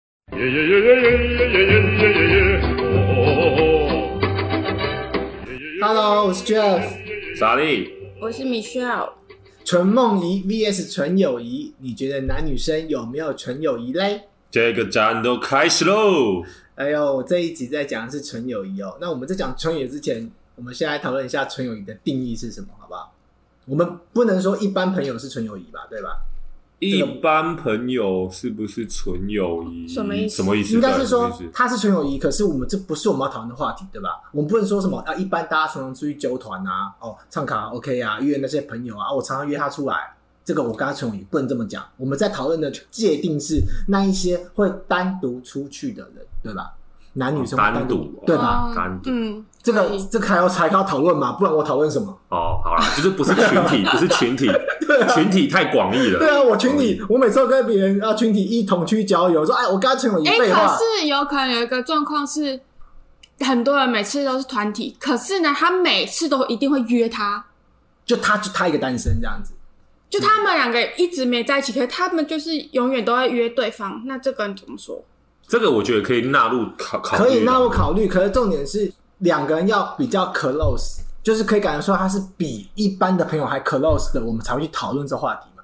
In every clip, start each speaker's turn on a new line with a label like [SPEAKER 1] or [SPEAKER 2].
[SPEAKER 1] 耶耶耶耶耶耶耶耶耶耶！哦。
[SPEAKER 2] Hello，我是 Jeff。
[SPEAKER 3] 傻力，
[SPEAKER 4] 我是 Michelle，
[SPEAKER 2] 纯梦遗 VS 纯友谊，你觉得男女生有没有纯友谊嘞？
[SPEAKER 3] 这个战斗开始喽！
[SPEAKER 2] 哎呦，我这一集在讲的是纯友谊哦。那我们在讲纯友谊之前，我们先来讨论一下纯友谊的定义是什么，好不好？我们不能说一般朋友是纯友谊吧，对吧？
[SPEAKER 3] 一般朋友是不是纯友谊？
[SPEAKER 4] 什么意思
[SPEAKER 3] 什么意思？
[SPEAKER 2] 应该是
[SPEAKER 3] 对
[SPEAKER 2] 说
[SPEAKER 3] 什么意思
[SPEAKER 2] 它是纯友谊，可是我们这不是我们要讨论的话题，对吧？我们不能说什么啊，一般大家常常出去揪团啊，哦，唱卡拉 OK 啊，约那些朋友啊，我常常约他出来，这个我跟他纯友谊不能这么讲。我们在讨论的界定是那一些会单独出去的人，对吧？男女生会单
[SPEAKER 3] 单独
[SPEAKER 2] 对吧？
[SPEAKER 4] 哦
[SPEAKER 3] 单独
[SPEAKER 4] 嗯，
[SPEAKER 2] 这个
[SPEAKER 4] 可以
[SPEAKER 2] 这个还要才要讨论嘛，不然我讨论什么？
[SPEAKER 3] 哦，好啦，就是不是群体， 不是群体，群体太广义了。
[SPEAKER 2] 啊对啊，我群体，我每次都跟别人啊群体一同去交友，说哎，我跟他纯友谊，
[SPEAKER 4] 哎、
[SPEAKER 2] 废话
[SPEAKER 4] 可，是有可能有一个状况是，很多人每次都是团体，可是呢，他每次都一定会约他，
[SPEAKER 2] 就他就他一个单身这样子。
[SPEAKER 4] 就他们两个一直没在一起，可是他们就是永远都会约对方，那这个人怎么说？
[SPEAKER 3] 这个我觉得可以纳入考考虑。
[SPEAKER 2] 可以纳入考虑，可是重点是两个人要比较 close，就是可以感觉出他是比一般的朋友还 close 的，我们才会去讨论这话题嘛，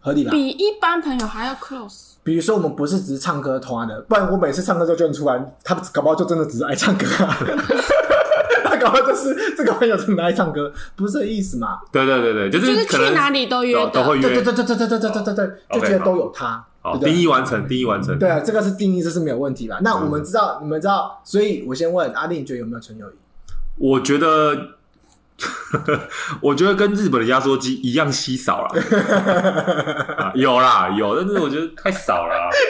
[SPEAKER 2] 合理吧？
[SPEAKER 4] 比一般朋友还要 close，
[SPEAKER 2] 比如说我们不是只是唱歌团的，不然我每次唱歌就认出来，他搞不好就真的只是爱唱歌啊，他搞不好就是这个朋友真的爱唱歌，不是这意思嘛？
[SPEAKER 3] 对对对对，就
[SPEAKER 2] 嗯
[SPEAKER 4] 就是是
[SPEAKER 3] 可
[SPEAKER 4] 去
[SPEAKER 3] 能
[SPEAKER 4] 哪里都约
[SPEAKER 3] 都
[SPEAKER 4] 的，
[SPEAKER 3] 都会
[SPEAKER 2] 对
[SPEAKER 3] 约
[SPEAKER 2] 对。对对对对对对对对，就觉得都有他，
[SPEAKER 3] 好，
[SPEAKER 2] 对不对
[SPEAKER 3] 定义完成，定义完成。
[SPEAKER 2] 对啊，这个是定义，这是没有问题吧？那我们知道，你们知道，所以我先问阿丽，你觉得有没有纯友谊？
[SPEAKER 3] 我觉得， 我觉得跟日本的压缩机一样稀少 啦。啊有啦有，但是我觉得太少了啊。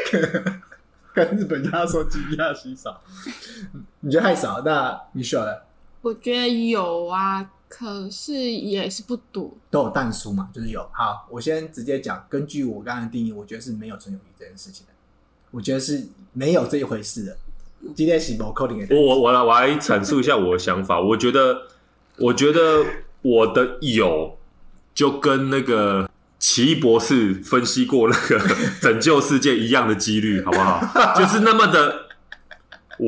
[SPEAKER 2] 跟日本家说惊讶稀少， 你觉得太少？那你选了
[SPEAKER 4] 我觉得有啊，可是也是不多。
[SPEAKER 2] 都有淡书嘛，就是有。好，我先直接讲，根据我刚才的定义，我觉得是没有纯友谊这件事情的，我觉得是没有这一回事的。今天是某扣零
[SPEAKER 3] 我
[SPEAKER 2] 的，
[SPEAKER 3] 我我来我来阐述一下我的想法。我觉得，我觉得我的有就跟那个奇异博士分析过那个 拯救世界一样的几率，好不好？就是那么的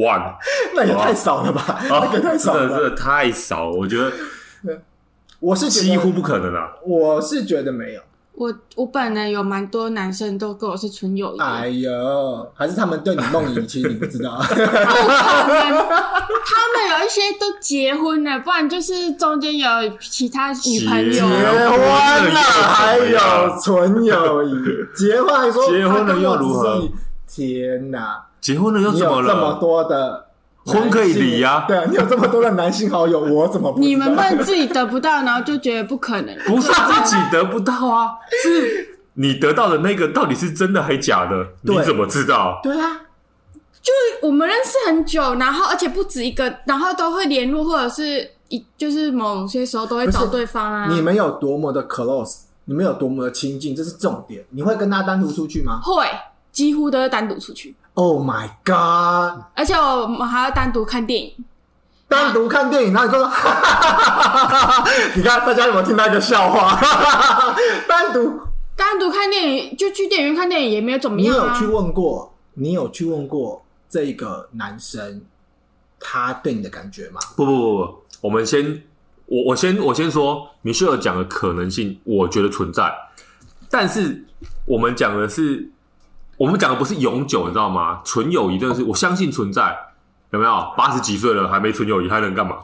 [SPEAKER 3] 晚，
[SPEAKER 2] 那也太少了吧？
[SPEAKER 3] 啊
[SPEAKER 2] 那，个太少
[SPEAKER 3] 真的真
[SPEAKER 2] 了
[SPEAKER 3] 的
[SPEAKER 2] 吧。
[SPEAKER 3] 太少，我觉得
[SPEAKER 2] 我是觉得
[SPEAKER 3] 几乎哦不，可能啊。
[SPEAKER 2] 我是觉得没有。
[SPEAKER 4] 我我本人有蛮多男生都跟我是纯友谊，
[SPEAKER 2] 哎呦，还是他们对你梦遗，其实你不知道。
[SPEAKER 4] 他们有一些都结婚了，不然就是中间有其他女朋
[SPEAKER 3] 结
[SPEAKER 2] 结
[SPEAKER 4] 友。啊
[SPEAKER 2] 婚了还有哎纯友谊，结婚还说
[SPEAKER 3] 结婚了又如何
[SPEAKER 2] 他跟我只是？天哪！
[SPEAKER 3] 结婚了又
[SPEAKER 2] 你
[SPEAKER 3] 怎么
[SPEAKER 2] 有这么
[SPEAKER 3] 了？
[SPEAKER 2] 多的男性
[SPEAKER 3] 婚可以离啊
[SPEAKER 2] 对啊，你有这么多的男性好友，我怎么不知道
[SPEAKER 4] 你们不能自己得不到，然后就觉得不可能。
[SPEAKER 3] 不
[SPEAKER 2] 啊
[SPEAKER 3] 是自己得不到啊，是你得到的那个到底是真的还假的？你
[SPEAKER 2] 对
[SPEAKER 3] 怎么知道？
[SPEAKER 2] 对啊，
[SPEAKER 4] 就我们认识很久，然后而且不止一个，然后都会联络，或者是一就是某些时候都会
[SPEAKER 2] 不
[SPEAKER 4] 找
[SPEAKER 2] 是
[SPEAKER 4] 对方啊。
[SPEAKER 2] 你们有多么的 close，你们有多么的亲近，这是重点。你会跟他单独出去吗
[SPEAKER 4] 会几乎都是单独出去，
[SPEAKER 2] ？Oh my god！
[SPEAKER 4] 而且我们还要单独看电影。
[SPEAKER 2] 单独看电影，然后你就说， 哈哈哈哈哈哈你看大家有没有听到一个笑话？ 哈哈哈哈单独，
[SPEAKER 4] 单独看电影就去电影院看电影也没有怎么
[SPEAKER 2] 你
[SPEAKER 4] 样
[SPEAKER 2] 有
[SPEAKER 4] 啊。
[SPEAKER 2] 去问过，你有去问过这个男生他对你的感觉吗？
[SPEAKER 3] 不不不不，我们先，我我先我先说，米歇尔讲的可能性，我觉得存在，但是我们讲的是，我们讲的不是永久，你知道吗？纯友谊真的是，我相信存在，有没有？八十几岁了还没纯友谊，还能干嘛？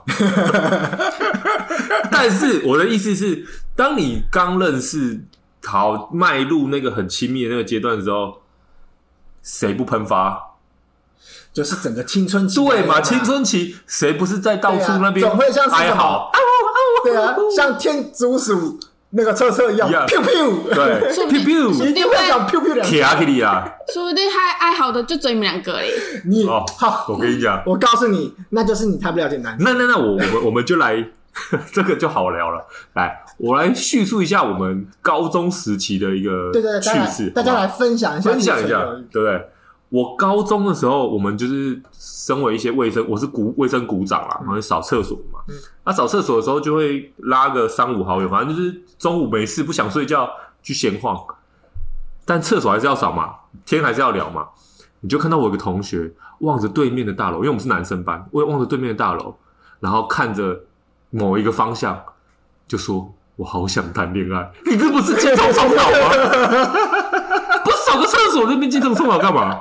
[SPEAKER 3] 但是我的意思是，当你刚认识，好迈入那个很亲密的那个阶段的时候，谁不喷发？
[SPEAKER 2] 就是整个青春期的
[SPEAKER 3] 对
[SPEAKER 2] 人
[SPEAKER 3] 嘛，青春期谁不是在到
[SPEAKER 2] 啊对
[SPEAKER 3] 处
[SPEAKER 2] 啊
[SPEAKER 3] 那边
[SPEAKER 2] 总会像是
[SPEAKER 3] 哀
[SPEAKER 2] 什么
[SPEAKER 3] 嚎？
[SPEAKER 2] 对啊，像天竺鼠那个车车一样
[SPEAKER 3] 一样
[SPEAKER 2] ，biu biu，，
[SPEAKER 3] 对
[SPEAKER 4] 说不定
[SPEAKER 3] ，biu
[SPEAKER 2] 一
[SPEAKER 3] biu，
[SPEAKER 2] 定会讲 biu biu 两
[SPEAKER 3] 铁阿基里啊！
[SPEAKER 4] 说不定还爱好的就只有你们两个嘞。
[SPEAKER 2] 你
[SPEAKER 3] 哦，
[SPEAKER 2] 好，
[SPEAKER 3] 我跟你讲，
[SPEAKER 2] 我告诉你，那就是你太不了解男人。
[SPEAKER 3] 那那那我我们我们就来， 这个就好聊了。来，我来叙述一下我们高中时期的一个
[SPEAKER 2] 对对对，大
[SPEAKER 3] 趣
[SPEAKER 2] 家
[SPEAKER 3] 事，
[SPEAKER 2] 来大家
[SPEAKER 3] 好不好
[SPEAKER 2] 来分享一下，
[SPEAKER 3] 分享一下，对不对？我高中的时候，我们就是身为一些卫生，我是股卫生股长啦，我们扫厕所嘛。
[SPEAKER 2] 嗯
[SPEAKER 3] 那扫厕所的时候就会拉个三五好友，反正就是中午没事不想睡觉去闲晃，但厕所还是要扫嘛，天还是要聊嘛。你就看到我有个同学望着对面的大楼，因为我们是男生班，我也望着对面的大楼，然后看着某一个方向，就说：“我好想谈恋爱。” 你这不是精虫充脑吗？不是找个厕所那边精虫充脑干嘛？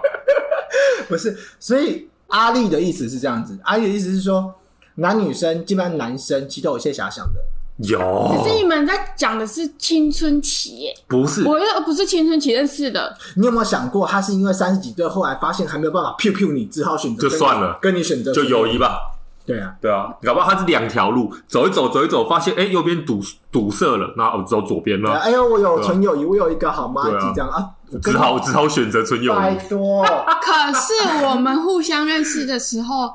[SPEAKER 2] 不是，所以阿丽的意思是这样子，阿丽的意思是说，男女生基本上男生其实都有些遐想的，
[SPEAKER 3] 有
[SPEAKER 4] 可是你们在讲的是青春期耶，
[SPEAKER 3] 不是？
[SPEAKER 4] 我又不是青春期认识的，
[SPEAKER 2] 你有没有想过，他是因为三十几岁，后来发现还没有办法 pew pew 你，只好选择
[SPEAKER 3] 就算了
[SPEAKER 2] 跟你选择
[SPEAKER 3] 就友谊吧。
[SPEAKER 2] 对啊，
[SPEAKER 3] 对啊，搞不好它是两条路，走一走，走一走，发现哎、诶右边堵堵塞了，那我走左边
[SPEAKER 2] 对啊
[SPEAKER 3] 了，
[SPEAKER 2] 哎呦，我有纯友谊，我有一个好妈
[SPEAKER 3] 对啊
[SPEAKER 2] 吉这样啊，我跟
[SPEAKER 3] 只
[SPEAKER 2] 你
[SPEAKER 3] 好只好选择纯友
[SPEAKER 2] 拜
[SPEAKER 3] 谊。
[SPEAKER 2] 托，
[SPEAKER 4] 可是我们互相认识的时候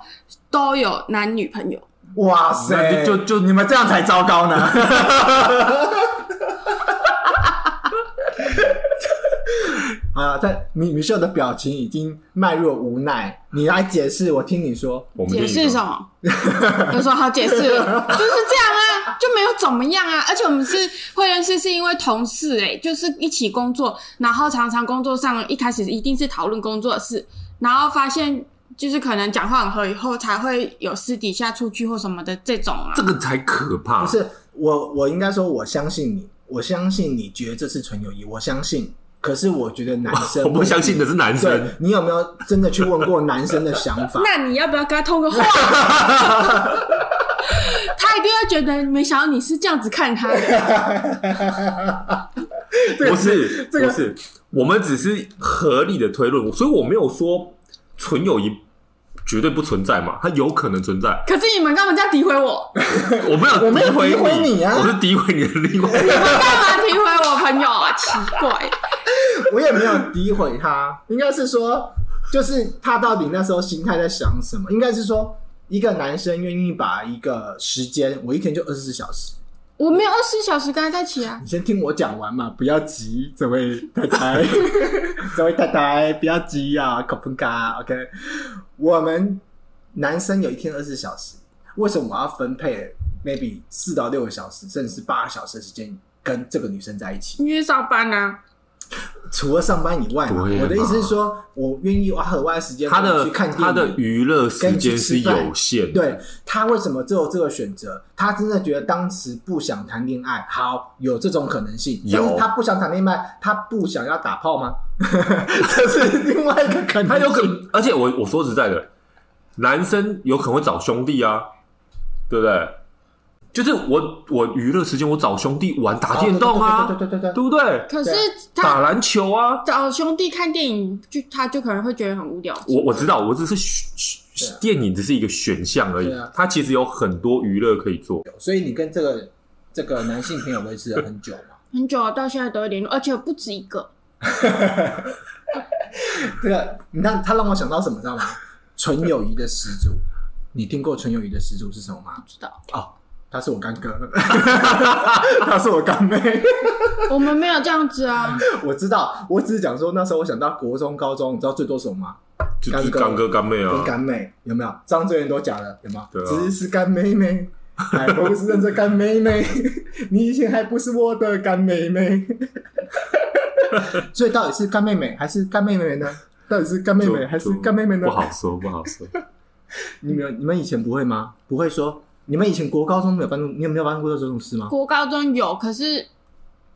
[SPEAKER 4] 都有男女朋友，
[SPEAKER 2] 哇塞，
[SPEAKER 3] 那就就就
[SPEAKER 2] 你们这样才糟糕呢。啊，但米米秀的表情已经迈入无奈，你来解释，我听你说。
[SPEAKER 3] 我们
[SPEAKER 4] 解释什么？他说好解释，就是 这样啊，就没有怎么样啊。而且我们是会认识，是因为同事哎、就是一起工作，然后常常工作上一开始一定是讨论工作的事，然后发现就是可能讲话很合以后，才会有私底下出去或什么的这种啊？
[SPEAKER 3] 这。个才可怕。
[SPEAKER 2] 不是我，我应该说，我相信你，我相信你觉得这是纯友谊，我相信。可是我觉得男生，
[SPEAKER 3] 我不相信的是男
[SPEAKER 2] 对
[SPEAKER 3] 生，
[SPEAKER 2] 你有没有真的去问过男生的想法
[SPEAKER 4] 那你要不要跟他通 个话？他一定会觉得没想到你是这样子看他 的，
[SPEAKER 3] 不是
[SPEAKER 2] 这个
[SPEAKER 3] 不是，我们只是合理的推论，所以我没有说纯友谊绝对不存在嘛，它有可能存在。
[SPEAKER 4] 可是你们干嘛这样诋毁我？
[SPEAKER 3] 我没有
[SPEAKER 2] 我没有
[SPEAKER 3] 诋
[SPEAKER 2] 诋毁
[SPEAKER 3] 毁
[SPEAKER 2] 你啊
[SPEAKER 3] 我是诋毁你的另外一
[SPEAKER 4] 你
[SPEAKER 3] 半。
[SPEAKER 4] 们干嘛诋毁我朋友啊？奇怪。
[SPEAKER 2] 我也没有诋毁他，应该是说，就是他到底那时候心态在想什么？应该是说，一个男生愿意把一个时间，我一天就二十四小时，
[SPEAKER 4] 我没有二十四小时跟他在一起啊，
[SPEAKER 2] 你先听我讲完嘛，不要急，这位太太，这位太太不要急啊，口分嘎，OK。我们男生有一天二十小时，为什么我要分配 maybe 四到六个小时，甚至是八个小时的时间跟这个女生在一起？
[SPEAKER 4] 因为上班啊。
[SPEAKER 2] 除了上班以外嘛，
[SPEAKER 3] 对嘛
[SPEAKER 2] 我的意思是说，我愿意花额外的时间
[SPEAKER 3] 他
[SPEAKER 2] 我
[SPEAKER 3] 的
[SPEAKER 2] 去看电影
[SPEAKER 3] 他的娱乐时间是有限的，
[SPEAKER 2] 对他为什么只有这个选择？他真的觉得当时不想谈恋爱，好有这种可能性。
[SPEAKER 3] 有
[SPEAKER 2] 但是他不想谈恋爱，他不想要打炮吗？ 这是另外一个可能性。
[SPEAKER 3] 他有可，而且我我说实在的，男生有可能会找兄弟啊，对不对？就是我我娱乐时间我找兄弟玩打电动啊，
[SPEAKER 2] 对对对哦对对对
[SPEAKER 3] 对不对？
[SPEAKER 4] 可是
[SPEAKER 3] 打
[SPEAKER 4] 他
[SPEAKER 3] 篮球啊，
[SPEAKER 4] 找兄弟看电影，就他就可能会觉得很无聊。
[SPEAKER 3] 我我知道，我只是选
[SPEAKER 2] 对啊
[SPEAKER 3] 电影只是一个选项而已
[SPEAKER 2] 对啊，
[SPEAKER 3] 它其实有很多娱乐可以做。
[SPEAKER 2] 所以你跟这个这个男性朋友维持了很久嘛？
[SPEAKER 4] 很久了，到现在都有联络，而且不止一个。
[SPEAKER 2] 这个你看，他让我想到什么，知道吗？纯友谊的始祖。你听过纯友谊的始祖是什么吗？
[SPEAKER 4] 知道
[SPEAKER 3] 啊
[SPEAKER 2] 他是我干哥， 他是我干妹。
[SPEAKER 4] 我们没有这样子啊，
[SPEAKER 2] 我知道，我只是讲说那时候我想到国中、高中，你知道最多什么吗？
[SPEAKER 3] 就
[SPEAKER 2] 干
[SPEAKER 3] 是
[SPEAKER 2] 哥
[SPEAKER 3] 干哥干妹
[SPEAKER 2] 跟
[SPEAKER 3] 啊，
[SPEAKER 2] 干妹有没有？张志远都假的有没有？
[SPEAKER 3] 对啊
[SPEAKER 2] 只是干妹妹，还不是认真干妹妹， 你以前还不是我的干妹妹。 所以到底是干妹妹还是干妹妹呢？到底是干妹
[SPEAKER 3] 就
[SPEAKER 2] 妹还是
[SPEAKER 3] 就
[SPEAKER 2] 干妹妹呢
[SPEAKER 3] 不？好说，不好说。
[SPEAKER 2] 你们你们以前不会吗？不会说你们以前国高中没有发生，你有没有发生过这种事吗？
[SPEAKER 4] 国高中有，可是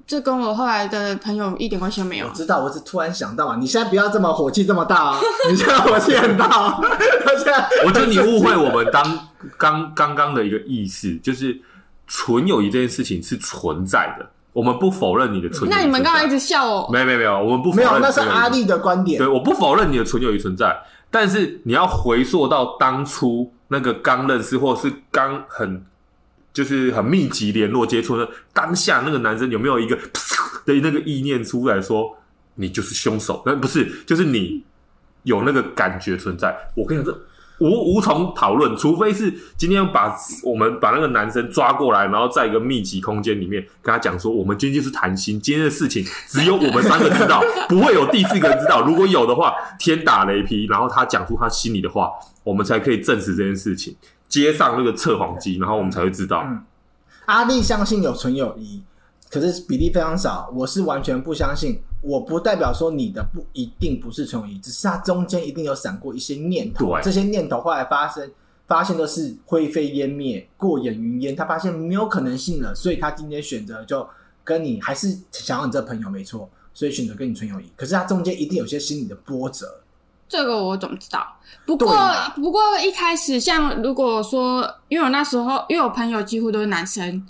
[SPEAKER 4] 这跟我后来的朋友一点关系都没有
[SPEAKER 2] 我。知道，我只突然想到嘛，啊你现在不要这么火气这么大啊！你现在火气很大啊， 他现在
[SPEAKER 3] 我觉得你误会我们当刚刚刚的一个意思，就是纯友谊这件事情是存在的，我们不否认你的纯友谊存在。
[SPEAKER 4] 那你们干嘛一直笑我？
[SPEAKER 3] 没有没有没有，我们不否
[SPEAKER 2] 没
[SPEAKER 3] 认
[SPEAKER 2] 有，那是
[SPEAKER 3] 纯友谊
[SPEAKER 2] 阿丽的观点
[SPEAKER 3] 对，。我不否认你的纯友谊存在，但是你要回溯到当初那个刚认识或者是刚很就是很密集联络接触的当下，那个男生有没有一个的那个意念出来说你就是凶手？那不是，就是你有那个感觉存在。我跟你讲，这无无从讨论，除非是今天把我们把那个男生抓过来，然后在一个密集空间里面跟他讲说，我们今天就是谈心，今天的事情只有我们三个知道， 不会有第四个人知道。如果有的话，天打雷劈，然后他讲出他心里的话，我们才可以证实这件事情，接上那个测谎机，然后我们才会知道。
[SPEAKER 2] 嗯阿丽相信有纯友谊，可是比例非常少，我是完全不相信。我不代表说你的不一定不是纯友谊，只是它中间一定有闪过一些念头，
[SPEAKER 3] 对
[SPEAKER 2] 这些念头后来发生，发现都是灰飞烟灭、过眼云烟。他发现没有可能性了，所以他今天选择就跟你还是想要你这朋友没错，所以选择跟你纯友谊。可是他中间一定有些心理的波折，
[SPEAKER 4] 这个我怎么知道？不
[SPEAKER 2] 对
[SPEAKER 4] 过
[SPEAKER 2] 嘛
[SPEAKER 4] 不过一开始像如果说，因为我那时候因为我朋友几乎都是男生，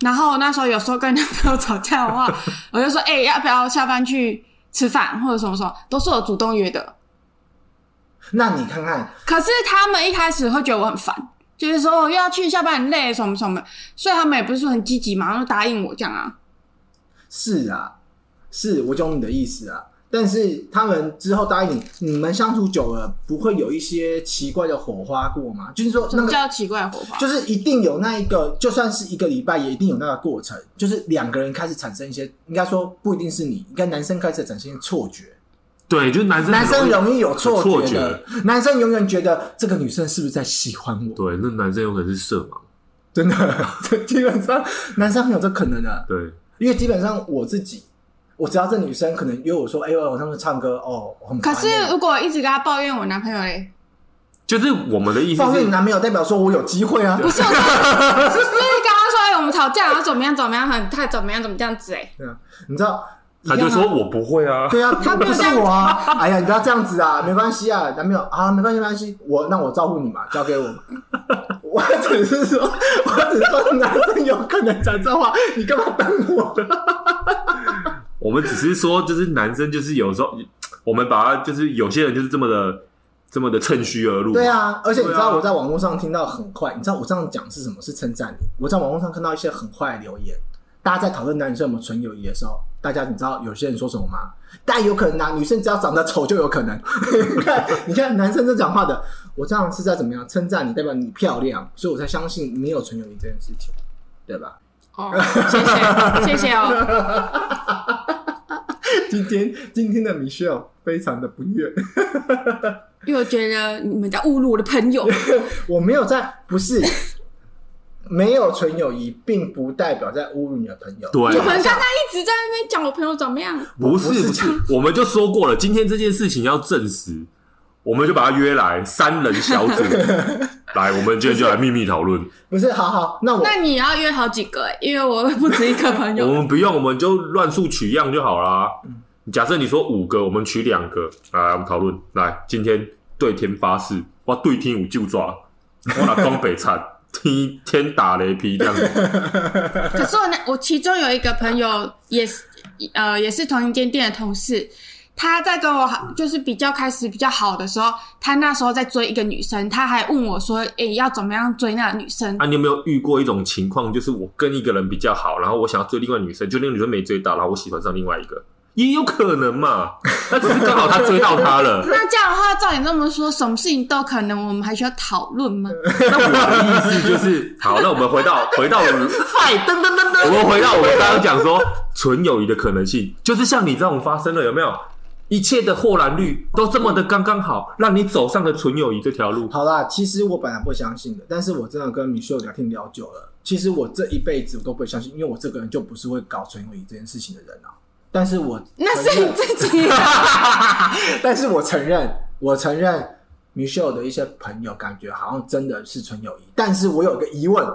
[SPEAKER 4] 然后那时候有时候跟男朋友吵架 的话，我就说哎、要不要下班去吃饭或者什么什么，都是我主动约的。
[SPEAKER 2] 那你看看，
[SPEAKER 4] 可是他们一开始会觉得我很烦，就是说哦又要去下班很累什么什么，所以他们也不是说很积极，马上就答应我这样啊。
[SPEAKER 2] 是啊，是我懂你的意思啊。但是他们之后答应你，你们相处久了，不会有一些奇怪的火花过吗？就是说，
[SPEAKER 4] 什
[SPEAKER 2] 那
[SPEAKER 4] 么
[SPEAKER 2] 个
[SPEAKER 4] 叫奇怪的火花？
[SPEAKER 2] 就是一定有那一个，就算是一个礼拜，也一定有那个过程，就是两个人开始产生一些，应该说不一定是你，应该男生开始产生一些错觉，
[SPEAKER 3] 对，就是男生
[SPEAKER 2] 男生容易有
[SPEAKER 3] 错
[SPEAKER 2] 错觉的，男生永远觉得这个女生是不是在喜欢我，
[SPEAKER 3] 对，那男生有可能是色盲，
[SPEAKER 2] 真的， 这基本上男生很有这可能的，
[SPEAKER 3] 对，
[SPEAKER 2] 因为基本上我自己，我只要这女生可能约我说，哎、我晚上去唱歌，哦，我很
[SPEAKER 4] 可
[SPEAKER 2] 烦
[SPEAKER 4] 是
[SPEAKER 2] 欸
[SPEAKER 4] 如果一直跟他抱怨我男朋友嘞，
[SPEAKER 3] 就是我们的意思
[SPEAKER 2] 抱怨
[SPEAKER 3] 是，
[SPEAKER 2] 男朋友代表说我有机会啊，
[SPEAKER 4] 不是我说， 就是刚刚说哎、我们吵架，然后怎么样怎么样，很太怎么样怎么这样子哎、
[SPEAKER 2] 对啊，你知道，
[SPEAKER 3] 他就说我不会啊，
[SPEAKER 2] 对啊，他
[SPEAKER 4] 没有
[SPEAKER 2] 不是
[SPEAKER 4] 这样
[SPEAKER 2] 我啊！哎呀，你不要这样子啊，没关系啊，男朋友啊，没关系，没关系，我那我照顾你嘛，交给我嘛。 我只是说，我只是说男生有可能讲这话，你干嘛等我？
[SPEAKER 3] 我们只是说，就是男生就是有时候，我们把他就是有些人就是这么的这么的趁虚而入，
[SPEAKER 2] 对，啊，而且你知
[SPEAKER 3] 对
[SPEAKER 2] 道
[SPEAKER 3] 啊
[SPEAKER 2] 我在网络上听到很坏，你知道我这样讲是什么？是称赞你。我在网络上看到一些很坏的留言，大家在讨论男女生有没有纯友谊的时候，大家你知道有些人说什么吗？但有可能啊，女生只要长得丑就有可能。 你看，你看男生这讲话的，我这样是在怎么样称赞你，代表你漂亮，所以我才相信没有纯友谊这件事情，对吧？
[SPEAKER 4] 哦，谢谢谢谢哦，
[SPEAKER 2] 今天今天的 Michelle 非常的不悦。
[SPEAKER 4] 因为我觉得你们在侮辱我的朋友。
[SPEAKER 2] 我没有在，不是没有纯友谊，并不代表在侮辱你的朋友。
[SPEAKER 3] 对啊
[SPEAKER 4] 你们刚刚一直在那边讲我朋友怎么样，
[SPEAKER 3] 不是
[SPEAKER 2] 我不是
[SPEAKER 3] 不
[SPEAKER 2] 这
[SPEAKER 3] 是，我们就说过了，今天这件事情要证实，我们就把他约来三人 小组，来，我们今天就来秘密讨论，
[SPEAKER 2] 不是，好好，那我
[SPEAKER 4] 那你也要约好几个、欸，因为我不止一个朋
[SPEAKER 3] 我
[SPEAKER 4] 友。
[SPEAKER 3] 们不用，我们就乱数取样就好啦。假设你说五个，我们取两个，来，我们讨论，来，今天对天发誓，我对天有就抓，我拿东北菜，天天打雷劈这样子。
[SPEAKER 4] 可是我那我其中有一个朋友也是呃也是同一间店的同事，他在跟我好就是比较开始比较好的时候，他那时候在追一个女生，他还问我说：“诶、要怎么样追那个女生？”。
[SPEAKER 3] 啊，你有没有遇过一种情况，就是我跟一个人比较好，然后我想要追另外女生，就那个女生没追到，然后我喜欢上另外一个，也有可能嘛？那只是刚好他追到她了
[SPEAKER 4] 那这样的话，照你这么说，什么事情都可能，我们还需要讨论吗？
[SPEAKER 3] 那我的意思就是，好，那我们回到回到我 们，我们回到我们刚刚讲说纯友谊的可能性，就是像你这种发生了，有没有？一切的豁然率都这么的刚刚好，让你走上了纯友谊这条路。
[SPEAKER 2] 好啦。其实我本来不相信的，但是我真的跟米秀聊天聊久了，其实我这一辈子我都不会相信，因为我这个人就不是会搞纯友谊这件事情的人啊。但是我
[SPEAKER 4] 那是
[SPEAKER 2] 承
[SPEAKER 4] 你
[SPEAKER 2] 认，
[SPEAKER 4] 自己的。
[SPEAKER 2] 但是我承认，我承认米秀的一些朋友感觉好像真的是纯友谊，但是我有个疑问，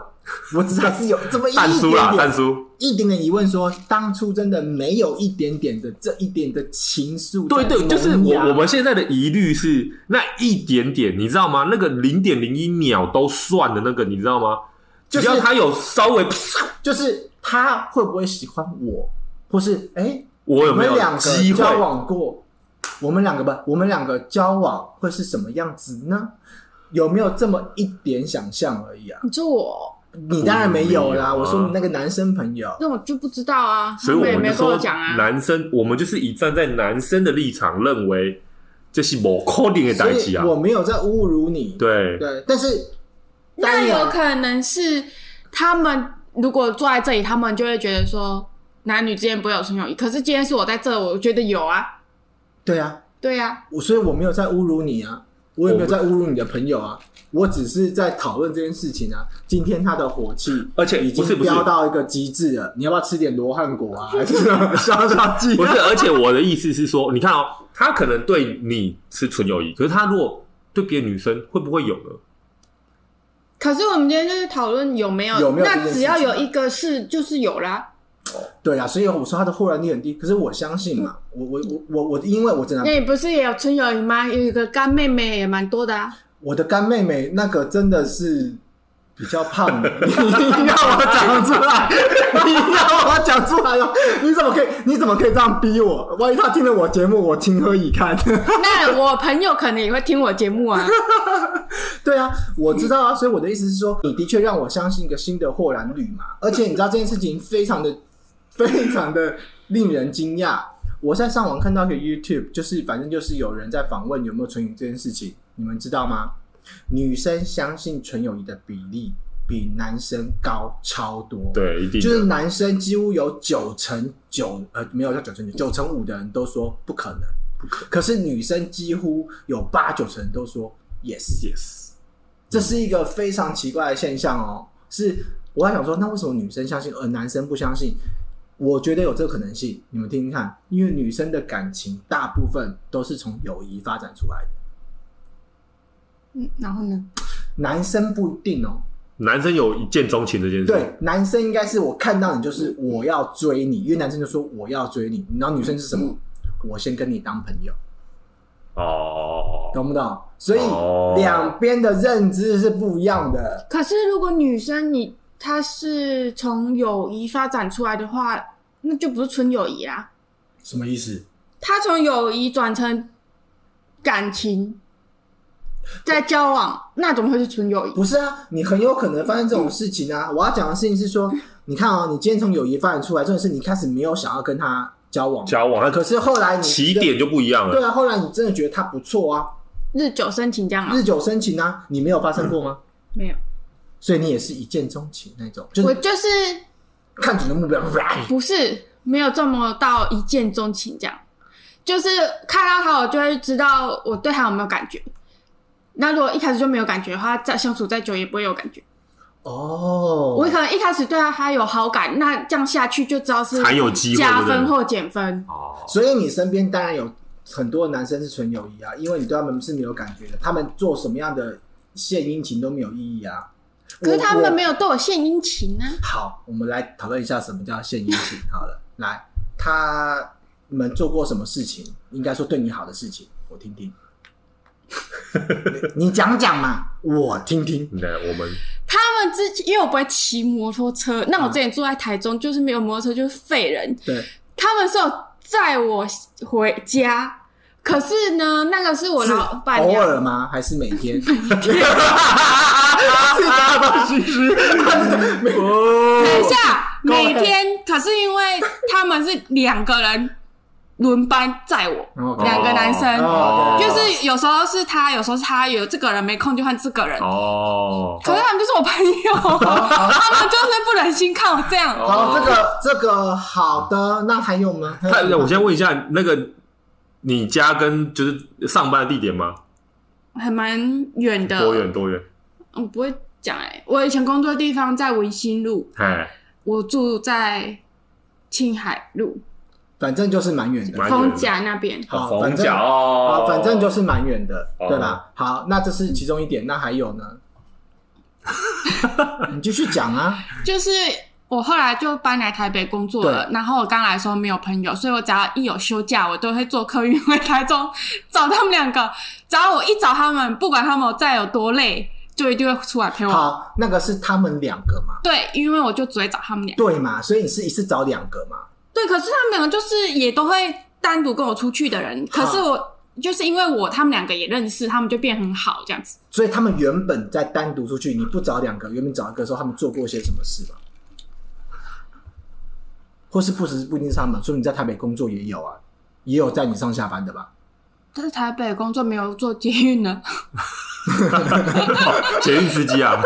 [SPEAKER 2] 我只还是有这么一
[SPEAKER 3] 蛋叔
[SPEAKER 2] 点，
[SPEAKER 3] 啦
[SPEAKER 2] 点
[SPEAKER 3] 蛋叔，
[SPEAKER 2] 一点点疑问说，当初真的没有一点点的这一点的情愫在
[SPEAKER 3] 对
[SPEAKER 2] 萌芽，
[SPEAKER 3] 对，就是我我们现在的疑虑是那一点点，你知道吗？那个零点零一秒都算的那个，你知道吗？
[SPEAKER 2] 就
[SPEAKER 3] 只
[SPEAKER 2] 是
[SPEAKER 3] 要他有稍微，
[SPEAKER 2] 就是他会不会喜欢我，或是哎、诶
[SPEAKER 3] 我有
[SPEAKER 2] 我
[SPEAKER 3] 没
[SPEAKER 2] 们
[SPEAKER 3] 有
[SPEAKER 2] 两
[SPEAKER 3] 机
[SPEAKER 2] 个
[SPEAKER 3] 会？
[SPEAKER 2] 交往过？我们两个吧，我们两个交往会是什么样子呢？有没有这么一点想象而已啊？
[SPEAKER 4] 你说我，
[SPEAKER 2] 你当然没有啦。
[SPEAKER 3] 没有啊
[SPEAKER 2] 我说你那个男生朋友，
[SPEAKER 4] 那我就不知道啊，
[SPEAKER 3] 所以
[SPEAKER 4] 他们也
[SPEAKER 3] 我
[SPEAKER 4] 没
[SPEAKER 3] 们
[SPEAKER 4] 有
[SPEAKER 3] 就
[SPEAKER 4] 跟
[SPEAKER 3] 说
[SPEAKER 4] 我讲，啊。
[SPEAKER 3] 男生，我们就是以站在男生的立场，认为这是某 coding 的
[SPEAKER 2] 所
[SPEAKER 3] 代
[SPEAKER 2] 以
[SPEAKER 3] 际啊。
[SPEAKER 2] 我没有在侮辱你。
[SPEAKER 3] 对，
[SPEAKER 2] 对，但是
[SPEAKER 4] 那
[SPEAKER 2] 当然
[SPEAKER 4] 有可能是他们如果坐在这里，他们就会觉得说男女之间不会有纯友谊。可是今天是我在这，我觉得有啊，
[SPEAKER 2] 对啊，
[SPEAKER 4] 对啊，
[SPEAKER 2] 我所以我没有在侮辱你啊。我也没有在侮辱你的朋友啊，我只是在讨论这件事情啊。今天他的火气，
[SPEAKER 3] 而且
[SPEAKER 2] 已
[SPEAKER 3] 不是
[SPEAKER 2] 经
[SPEAKER 3] 不是
[SPEAKER 2] 飙到一个极致了，你要不要吃点罗汉果 啊，还是什么消消气？
[SPEAKER 3] 不是，而且我的意思是说，你看哦，他可能对你是纯友谊，可是他如果对别的女生会不会有呢？
[SPEAKER 4] 可是我们今天就是讨论有没有，
[SPEAKER 2] 有没有这件
[SPEAKER 4] 那
[SPEAKER 2] 事情
[SPEAKER 4] 只要有一个是，就是有啦。
[SPEAKER 2] 对啊，所以我说他的豁然率很低，可是我相信嘛，我我我我我，因为我真的
[SPEAKER 4] 那你不是也有村友姨吗？有一个干妹妹也蛮多的啊。
[SPEAKER 2] 我的干妹妹那个真的是比较胖 的，你要我讲出来，你要我讲出来了，哦你怎么可以你怎么可以这样逼我？万一她听了我节目，我情何以堪？
[SPEAKER 4] 那我朋友可能也会听我节目啊。
[SPEAKER 2] 对啊，我知道啊，所以我的意思是说，你的确让我相信一个新的豁然率嘛，而且你知道这件事情非常的、 非常的令人惊讶。我在上网看到一个 YouTube，就是反正就是有人在访问有没有纯友谊这件事情，你们知道吗？女生相信纯友谊的比例比男生高超多，，
[SPEAKER 3] 对，一定
[SPEAKER 2] 就是男生几乎有九成九，呃，没有叫九成九，九成五的人都说不可能，不可可是女生几乎有八九成人都说 yes。
[SPEAKER 3] yes，
[SPEAKER 2] 这是一个非常奇怪的现象哦。是我还想说，那为什么女生相信，而男生不相信？我觉得有这个可能性，你们听听看，因为女生的感情大部分都是从友谊发展出来的，
[SPEAKER 4] 嗯，然后呢？
[SPEAKER 2] 男生不一定哦。
[SPEAKER 3] 男生有一见钟情这件事，
[SPEAKER 2] 对，男生应该是我看到你就是我要追你，因为男生就说我要追你，然后女生是什么？我先跟你当朋友，
[SPEAKER 3] 哦，
[SPEAKER 2] 懂不懂？所以
[SPEAKER 3] 哦
[SPEAKER 2] 两边的认知是不一样的。
[SPEAKER 4] 可是如果女生你她是从友谊发展出来的话，那就不是纯友谊啦。
[SPEAKER 2] 什么意思？
[SPEAKER 4] 她从友谊转成感情，在交往，那怎么会是纯友谊？
[SPEAKER 2] 不是啊，你很有可能发生这种事情啊。我要讲的事情是说，你看啊、你今天从友谊发展出来，重点是你开始没有想要跟他交往，
[SPEAKER 3] 交往，
[SPEAKER 2] 可
[SPEAKER 3] 那
[SPEAKER 2] 是后来你
[SPEAKER 3] 起点就不一样
[SPEAKER 2] 对
[SPEAKER 3] 了。
[SPEAKER 2] 啊，后来你真的觉得他不错啊，
[SPEAKER 4] 日久生情这样啊？
[SPEAKER 2] 日久生情啊，你没有发生过吗？
[SPEAKER 4] 没有，
[SPEAKER 2] 所以你也是一见钟情那种，就
[SPEAKER 4] 我
[SPEAKER 2] 是
[SPEAKER 4] 就是
[SPEAKER 2] 看准了目标，啪
[SPEAKER 4] 不是没有这么到一见钟情这样，就是看到他我就会知道我对他有没有感觉。那如果一开始就没有感觉的话，再相处再久也不会有感觉。
[SPEAKER 2] 哦，
[SPEAKER 4] 我可能一开始对他还有好感，那这样下去就知道是
[SPEAKER 3] 才有机会
[SPEAKER 4] 加
[SPEAKER 3] 对
[SPEAKER 4] 分
[SPEAKER 3] 不对
[SPEAKER 4] 或减分。
[SPEAKER 3] 哦，
[SPEAKER 2] 所以你身边当然有很多男生是纯友谊啊，因为你对他们是没有感觉的，他们做什么样的献殷勤都没有意义啊。
[SPEAKER 4] 可是他们
[SPEAKER 2] 有。我
[SPEAKER 4] 没有对我献殷勤啊，
[SPEAKER 2] 好，我们来讨论一下什么叫献殷勤。好了，来，他们做过什么事情？应该说对你好的事情，我听 听。你你讲讲嘛，我听听。
[SPEAKER 3] 那我 们
[SPEAKER 4] 他们之前因为我不会骑摩托车，那我之前住在台中，就是没有摩托车就是废人。
[SPEAKER 2] 对，
[SPEAKER 4] 他们是有载我回家，可是呢，那个是我
[SPEAKER 2] 是
[SPEAKER 4] 老板
[SPEAKER 2] 偶
[SPEAKER 4] 娘
[SPEAKER 2] 尔吗？还是每 天？
[SPEAKER 3] 大大西西，
[SPEAKER 4] 等一
[SPEAKER 3] 哦，
[SPEAKER 4] 下，每天可是因为他们是两个人轮班载我，
[SPEAKER 2] 然后
[SPEAKER 4] 两个男生
[SPEAKER 2] 哦
[SPEAKER 4] 就是有时候是他，有时候是他，有这个人没空就换这个人。
[SPEAKER 3] 哦，
[SPEAKER 4] 可是他们就是我朋友， 他们就是不忍心看我这样。
[SPEAKER 3] 哦
[SPEAKER 2] 好，这个这个好的，那还有吗？还
[SPEAKER 3] 那
[SPEAKER 2] 有
[SPEAKER 3] 那
[SPEAKER 2] 吗
[SPEAKER 3] 我先问一下，那个你家跟就是上班的地点吗？
[SPEAKER 4] 还蛮远的，
[SPEAKER 3] 多远？多远？
[SPEAKER 4] 我不会讲哎、我以前工作的地方在文心路，
[SPEAKER 3] 哎，
[SPEAKER 4] 我住在青海路
[SPEAKER 2] 反正就是蛮远的
[SPEAKER 3] 蛮。远的
[SPEAKER 4] 丰甲那边。
[SPEAKER 2] 好
[SPEAKER 3] 逢
[SPEAKER 2] 反正
[SPEAKER 3] 甲
[SPEAKER 2] 啊
[SPEAKER 3] 哦，，
[SPEAKER 2] 反正就是蛮远的，
[SPEAKER 3] 哦
[SPEAKER 2] 对吧？好，那这是其中一点，那还有 呢？你继续讲啊。
[SPEAKER 4] 就是我后来就搬来台北工作了，然后我刚来的时候没有朋友，所以我只要一有休假，我都会坐客运回台中找他们两个。只要我一找他们，不管他们再有多累，就一定会出来陪我。
[SPEAKER 2] 好，那个是他们两个嘛？
[SPEAKER 4] 对，因为我就只会找他们俩。
[SPEAKER 2] 对嘛？所以你是一次找两个嘛？
[SPEAKER 4] 对，可是他们两个就是也都会单独跟我出去的人，可是我就是因为我他们两个也认识，他们就变很好这样子。
[SPEAKER 2] 所以他们原本在单独出去，你不找两个，原本找一个的时候，他们做过些什么事嘛？或是不是不一定是他们，说你在台北工作也有啊，也有在你上下班的吧？
[SPEAKER 4] 但是台北工作没有做捷运呢，
[SPEAKER 3] 哦捷运司机 啊，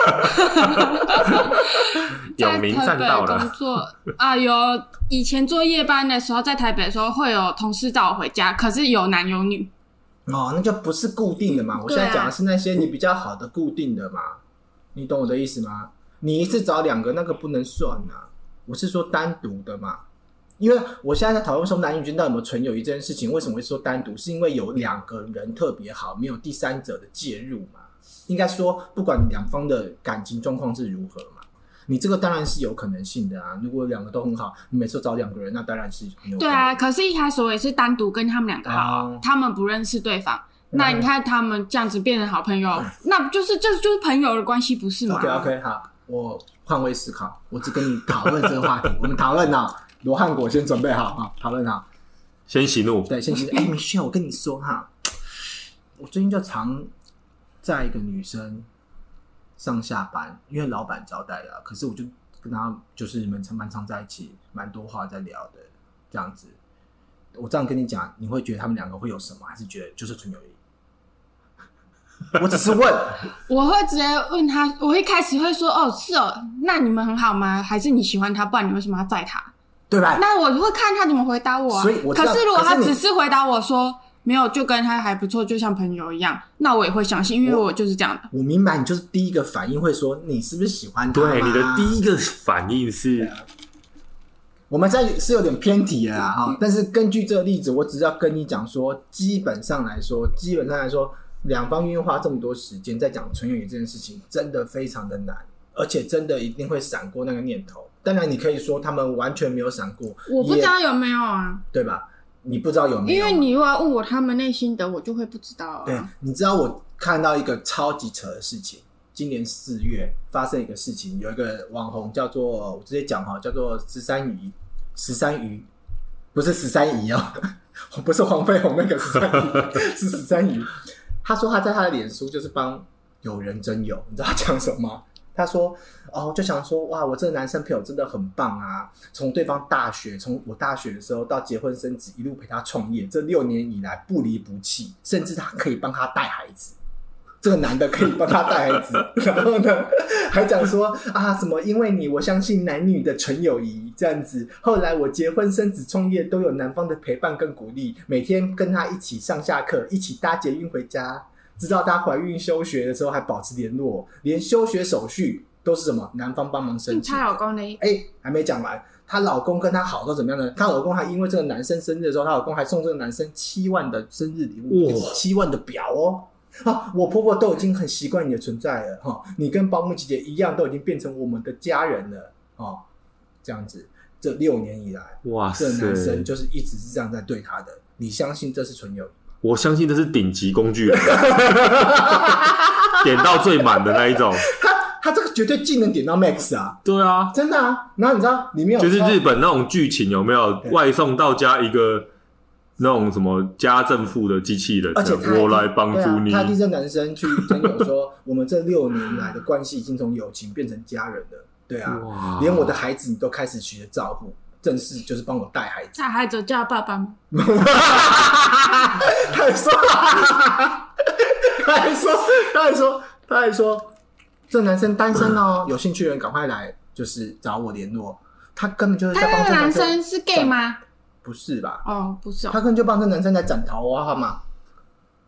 [SPEAKER 3] 永明
[SPEAKER 4] 在
[SPEAKER 3] 站到
[SPEAKER 4] 台北工
[SPEAKER 3] 了，
[SPEAKER 4] 作啊，有以前做夜班的时候，在台北的时候会有同事带我回家，可是有男有女，
[SPEAKER 2] 哦，那就不是固定的嘛。我现在
[SPEAKER 4] 啊
[SPEAKER 2] 讲的是那些你比较好的固定的嘛，你懂我的意思吗？你一次找两个那个不能算啊，我是说单独的嘛。因为我现在在讨论说男女间到底有没有纯友谊这件事情，为什么会说单独？是因为有两个人特别好，没有第三者的介入嘛。应该说，不管两方的感情状况是如何嘛，你这个当然是有可能性的啊。如果两个都很好，你每次找两个人，那当然是很有可
[SPEAKER 4] 对
[SPEAKER 2] 能
[SPEAKER 4] 啊，可是一开始我也是单独跟他们两个好，
[SPEAKER 2] 哦
[SPEAKER 4] 他们不认识对方。那你看他们这样子变成好朋友，那就是这就是朋友的关系，不是吗
[SPEAKER 2] OK OK，好，我换位思考，我只跟你讨论这个话题， 我们讨论呢。罗汉果先准备好啊，讨论好。
[SPEAKER 3] 先息怒，
[SPEAKER 2] 对，先其实，哎、m i c h e l l e 我跟你说哈，我最近就常载一个女生上下班，因为老板交代的啊、可是我就跟她就是蛮常蛮常在一起，蛮多话在聊的这样子。我这样跟你讲，你会觉得他们两个会有什么，还是觉得就是纯友谊？ 我只是问，
[SPEAKER 4] 我会直接问他，我一开始会说哦是哦，那你们很好吗？还是你喜欢他？不然你为什么要载他？
[SPEAKER 2] 对吧？
[SPEAKER 4] 那我会看他怎么回答我、啊。
[SPEAKER 2] 所以我知
[SPEAKER 4] 可
[SPEAKER 2] 道
[SPEAKER 4] 是如
[SPEAKER 2] 可
[SPEAKER 4] 果
[SPEAKER 2] 是
[SPEAKER 4] 他
[SPEAKER 2] 你
[SPEAKER 4] 只是回答我说没有，就跟他还不错，就像朋友一样，那我也会相信，因为
[SPEAKER 2] 我
[SPEAKER 4] 我就是这样的。
[SPEAKER 2] 我明白你就是第一个反应会说你是不是喜欢他嘛？
[SPEAKER 3] 对，你的第一个反应是，
[SPEAKER 2] 啊我们这是有点偏题了啦哈、但是根据这个例子，我只是要跟你讲说，基本上来说，基本上来说，两方愿意花这么多时间在讲纯友谊这件事情，真的非常的难，而且真的一定会闪过那个念头。当然，你可以说他们完全没有闪过，
[SPEAKER 4] 我不知
[SPEAKER 2] 也
[SPEAKER 4] 道有没有啊，
[SPEAKER 2] 对吧？你不知道有没有，
[SPEAKER 4] 因为你如果要问我他们内心的，我就会不知道啊。
[SPEAKER 2] 对，你知道我看到一个超级扯的事情，今年四月发生一个事情，有一个网红叫做我直接讲哈，叫做十三姨，十三姨不是十三姨哦， 不是黄飞鸿那个十三姨，是十三姨。他说他在他的脸书就是帮有人真有，你知道他讲什么吗？他说：“哦，就想说，哇，我这个男生朋友真的很棒啊！从对方大学，从我大学的时候到结婚生子，一路陪他创业，这六年以来不离不弃，甚至他可以帮他带孩子。这个男的可以帮他带孩子， 然后呢，还讲说啊什么？因为你，我相信男女的纯友谊这样子。后来我结婚生子创业，都有男方的陪伴跟鼓励，每天跟他一起上下课，一起搭捷运回家，直到她怀孕休学的时候还保持联络，连休学手续都是什么男方帮忙申请。
[SPEAKER 4] 她老公的
[SPEAKER 2] 哎、还没讲完，她老公跟她好到怎么样呢？她老公还因为这个男生生日的时候，她老公还送这个男生七万的生日礼物
[SPEAKER 3] 哇，
[SPEAKER 2] 七万的表哦。啊，我婆婆都已经很习惯你的存在了哈、你跟保姆姐姐一样，都已经变成我们的家人了哦。这样子，这六年以来，
[SPEAKER 3] 哇
[SPEAKER 2] 这
[SPEAKER 3] 塞
[SPEAKER 2] 个，男生就是一直是这样在对她的。你相信这是纯友谊？
[SPEAKER 3] 我相信这是顶级工具人， 点到最满的那一种。
[SPEAKER 2] 他啊他这个绝对技能点到 max 啊！
[SPEAKER 3] 对啊，
[SPEAKER 2] 真的啊。然后你知道里面有
[SPEAKER 3] 就是
[SPEAKER 2] 超
[SPEAKER 3] 日本那种剧情有没有
[SPEAKER 2] 对
[SPEAKER 3] 外送到家一个那种什么家政妇的机器人，
[SPEAKER 2] 而且他
[SPEAKER 3] 我来帮助你
[SPEAKER 2] 对啊、他替这男生去征友说，我们这六年来的关系已经从友情变成家人了。对啊，
[SPEAKER 3] 哇
[SPEAKER 2] 连我的孩子你都开始学照顾，正式就是帮我带孩子。
[SPEAKER 4] 在孩子叫爸爸吗？
[SPEAKER 2] 他还说，他还说，他还说，他还说，这男生单身 哦，有兴趣的人赶快来，就是找我联络。他根本就是
[SPEAKER 4] 他
[SPEAKER 2] 在帮
[SPEAKER 4] 那
[SPEAKER 2] 这
[SPEAKER 4] 个男
[SPEAKER 2] 生，
[SPEAKER 4] 生是 gay 吗？
[SPEAKER 2] 不是吧？
[SPEAKER 4] 哦，不是
[SPEAKER 2] 他
[SPEAKER 4] 哦，
[SPEAKER 2] 根本就帮这男生来斩桃花嘛，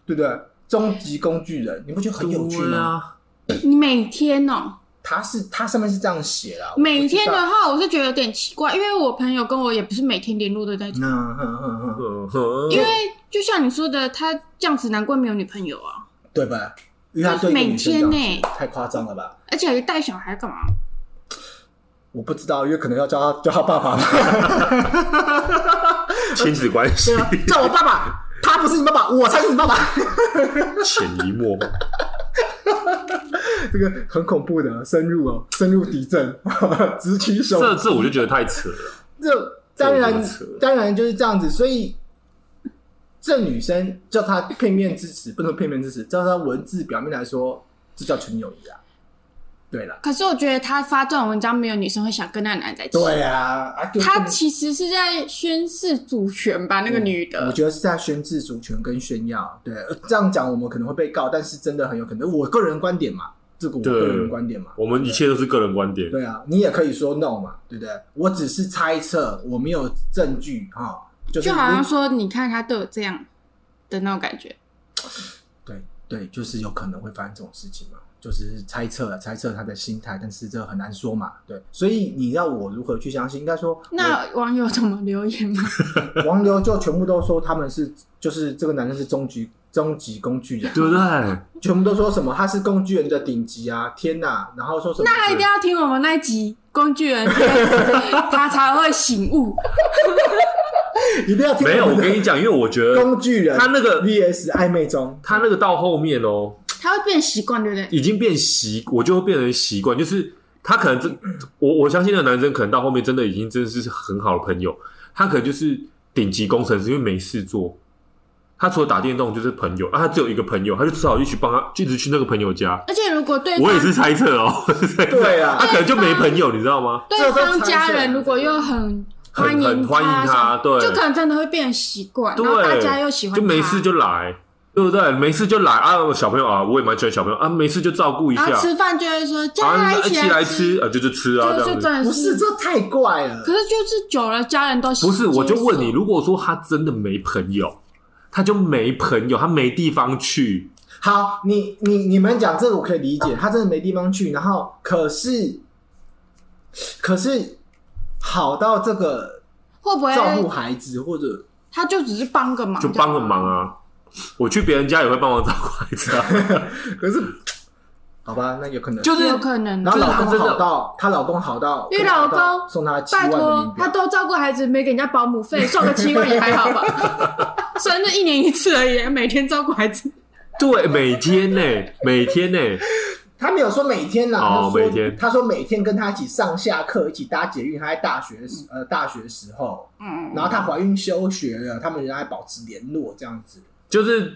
[SPEAKER 2] 对不对？终极工具人，你不觉得很有趣
[SPEAKER 3] 对
[SPEAKER 2] 吗？
[SPEAKER 3] 啊，
[SPEAKER 4] 你每天哦，
[SPEAKER 2] 他是他上面是这样写啦，我
[SPEAKER 4] 每天
[SPEAKER 2] 我
[SPEAKER 4] 的
[SPEAKER 2] 知道
[SPEAKER 4] 话，我是觉得有点奇怪，因为我朋友跟我也不是每天联络的那种，
[SPEAKER 2] 嗯哼哼哼，
[SPEAKER 3] 嗯哼
[SPEAKER 4] 因为就像你说的，他这样子难怪没有女朋友啊，
[SPEAKER 2] 对吧？因为他对一个女生这样子
[SPEAKER 4] 每天呢
[SPEAKER 2] 太夸张了吧？
[SPEAKER 4] 而且还带小孩干嘛？
[SPEAKER 2] 我不知道，因为可能要叫他叫他爸爸吧。
[SPEAKER 3] 亲子关系
[SPEAKER 2] 对啊， 叫我爸爸，他不是你爸爸，我才是你爸爸。
[SPEAKER 3] 潜移默化，
[SPEAKER 2] 这个很恐怖的，深入哦，深入敌阵， 直取手
[SPEAKER 3] 这这我就觉得太扯了。
[SPEAKER 2] 这当
[SPEAKER 3] 这
[SPEAKER 2] 然
[SPEAKER 3] 个扯
[SPEAKER 2] 当然就是这样子，所以这女生叫她片面支持，不能片面支持，照她文字表面来说，这叫纯友谊啊。对了，
[SPEAKER 4] 可是我觉得他发这种文章，没有女生会想跟那个男的在一起。
[SPEAKER 2] 对啊，啊，就
[SPEAKER 4] 他
[SPEAKER 2] 这么
[SPEAKER 4] 其实是在宣示主权吧，那个女
[SPEAKER 2] 嗯我
[SPEAKER 4] 的。
[SPEAKER 2] 觉得是在宣示主权跟炫耀。对，呃这样讲我们可能会被告，但是真的很有可能，呃我个人观点嘛，这个我
[SPEAKER 3] 对
[SPEAKER 2] 个人观点嘛，
[SPEAKER 3] 我们一切都是个人观点，
[SPEAKER 2] 对啊，你也可以说 no 嘛，对不对？我只是猜测，我没有证据哈、就是
[SPEAKER 4] 就好像
[SPEAKER 2] 如
[SPEAKER 4] 说，你看他对我这样的那种感觉，
[SPEAKER 2] 对对，就是有可能会发生这种事情嘛，就是猜测了，猜测他的心态，但是这很难说嘛，对，所以你要我如何去相信？应该说，
[SPEAKER 4] 那网友怎么留言 吗？
[SPEAKER 2] 王流就全部都说他们是，就是这个男人是终极终极工具人，
[SPEAKER 3] 对不对？
[SPEAKER 2] 全部都说什么他是工具人的顶级啊，天哪！然后说什么？
[SPEAKER 4] 那一定要听我们那一集《工 具人 VS》，他才会醒悟。
[SPEAKER 2] 一定要听
[SPEAKER 3] 没有，
[SPEAKER 2] 我
[SPEAKER 3] 我
[SPEAKER 2] 们的
[SPEAKER 3] 跟你讲，因为我觉得
[SPEAKER 2] 工具人
[SPEAKER 3] 他那个
[SPEAKER 2] VS 暧昧中，
[SPEAKER 3] 他那个到后面哦，
[SPEAKER 4] 他会变习惯，对不对？
[SPEAKER 3] 已经变习，我就会变成习惯，就是他可能真，我我相信那个男生可能到后面真的已经真的是很好的朋友，他可能就是顶级工程师，因为没事做，他除了打电动就是朋友，啊，他只有一个朋友，他就只好一起帮他，一直去那个朋友家。
[SPEAKER 4] 而且如果对方啊
[SPEAKER 3] 我也是猜测哦，
[SPEAKER 2] 对啊
[SPEAKER 3] 他可能就没朋友，你知道吗？
[SPEAKER 4] 对
[SPEAKER 2] 这
[SPEAKER 4] 方家
[SPEAKER 2] 都猜测
[SPEAKER 4] 人如果又很
[SPEAKER 3] 很
[SPEAKER 4] 欢迎
[SPEAKER 3] 很欢迎他对
[SPEAKER 4] 就可能真的会变习惯，啊然后
[SPEAKER 3] 对，
[SPEAKER 4] 大家又喜欢他，
[SPEAKER 3] 就没事就来，对不对？没事就来啊，小朋友啊，我也蛮喜欢小朋友啊，没事就照顾一下
[SPEAKER 4] 然后吃饭就会说家
[SPEAKER 3] 啊，
[SPEAKER 4] 人
[SPEAKER 3] 一起
[SPEAKER 4] 来
[SPEAKER 3] 来，吃啊，就是吃啊，
[SPEAKER 4] 就
[SPEAKER 3] 这
[SPEAKER 4] 就
[SPEAKER 3] 样子。
[SPEAKER 4] 真
[SPEAKER 2] 不
[SPEAKER 4] 的
[SPEAKER 2] 是这太怪了
[SPEAKER 4] 可。是就是久了，家人都习
[SPEAKER 3] 不是，我就问你，
[SPEAKER 4] 接受
[SPEAKER 3] 如果说他真的没朋友，他就没朋友，他没地方去，
[SPEAKER 2] 好，你你你们讲这个我可以理解，他真的没地方去，然后可是可是好到这个
[SPEAKER 4] 会不
[SPEAKER 2] 照顾
[SPEAKER 4] 会
[SPEAKER 2] 孩子或者
[SPEAKER 4] 他就只是帮个忙，
[SPEAKER 3] 就帮个忙啊。我去别人家也会帮忙照顾孩子 啊，
[SPEAKER 2] 可是好吧，那有可能
[SPEAKER 3] 就
[SPEAKER 4] 这
[SPEAKER 3] 是
[SPEAKER 4] 样，有可能
[SPEAKER 2] 然。后
[SPEAKER 3] 就是他
[SPEAKER 2] 老公
[SPEAKER 3] 真的
[SPEAKER 2] 好到她老公好到，
[SPEAKER 4] 因为老公
[SPEAKER 2] 送她七
[SPEAKER 4] 拜
[SPEAKER 2] 万的
[SPEAKER 4] 托
[SPEAKER 2] 名，
[SPEAKER 4] 他
[SPEAKER 2] 表，
[SPEAKER 4] 都照顾孩子，没给人家保姆费，送个七万也还好吧。 生日一年一次而已，每天照顾孩子。
[SPEAKER 3] 对，每天呢、每天呢、
[SPEAKER 2] 他没有说每天啦，他
[SPEAKER 3] 哦
[SPEAKER 2] 说
[SPEAKER 3] 每天
[SPEAKER 2] 他说每天跟他一起上下课，一起搭捷运，他在大学时
[SPEAKER 3] 嗯
[SPEAKER 2] 呃大学时候，
[SPEAKER 4] 嗯，
[SPEAKER 2] 然后她怀孕休学了，他们仍然还保持联络这样子。
[SPEAKER 3] 就是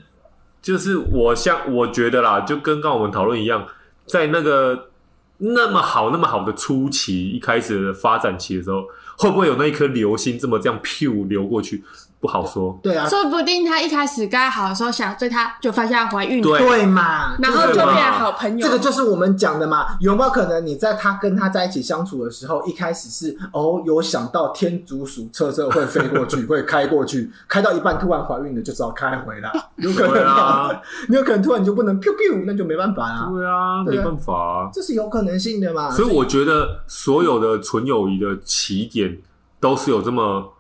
[SPEAKER 3] 就是我像我觉得啦，就跟刚刚我们讨论一样，在那个那么好那么好的初期，一开始的发展期的时候，会不会有那一颗流星这么这样飘流过去？不好说。
[SPEAKER 2] 对啊，
[SPEAKER 4] 说不定他一开始该好的时候想追她，就发现她怀孕了，
[SPEAKER 3] 对
[SPEAKER 2] 对嘛，
[SPEAKER 4] 然后
[SPEAKER 2] 这个
[SPEAKER 4] 就
[SPEAKER 3] 嘛
[SPEAKER 4] 变好朋友。
[SPEAKER 2] 这个就是我们讲的嘛，有没有可能你在他跟他在一起相处的时候，一开始是哦有想到天竺鼠车车会飞过 去，会开过去，开到一半突然怀孕了，就只好开回来，有可
[SPEAKER 3] 对
[SPEAKER 2] 能
[SPEAKER 3] 啊，
[SPEAKER 2] 你有可能突然就不能 biu biu，那就没办法啦，
[SPEAKER 3] 对啊，没
[SPEAKER 2] 对啊
[SPEAKER 3] 办法啊、
[SPEAKER 2] 这是有可能性的
[SPEAKER 4] 啊
[SPEAKER 2] 嘛。
[SPEAKER 3] 所以我觉得所有的纯友谊的起点都是有这么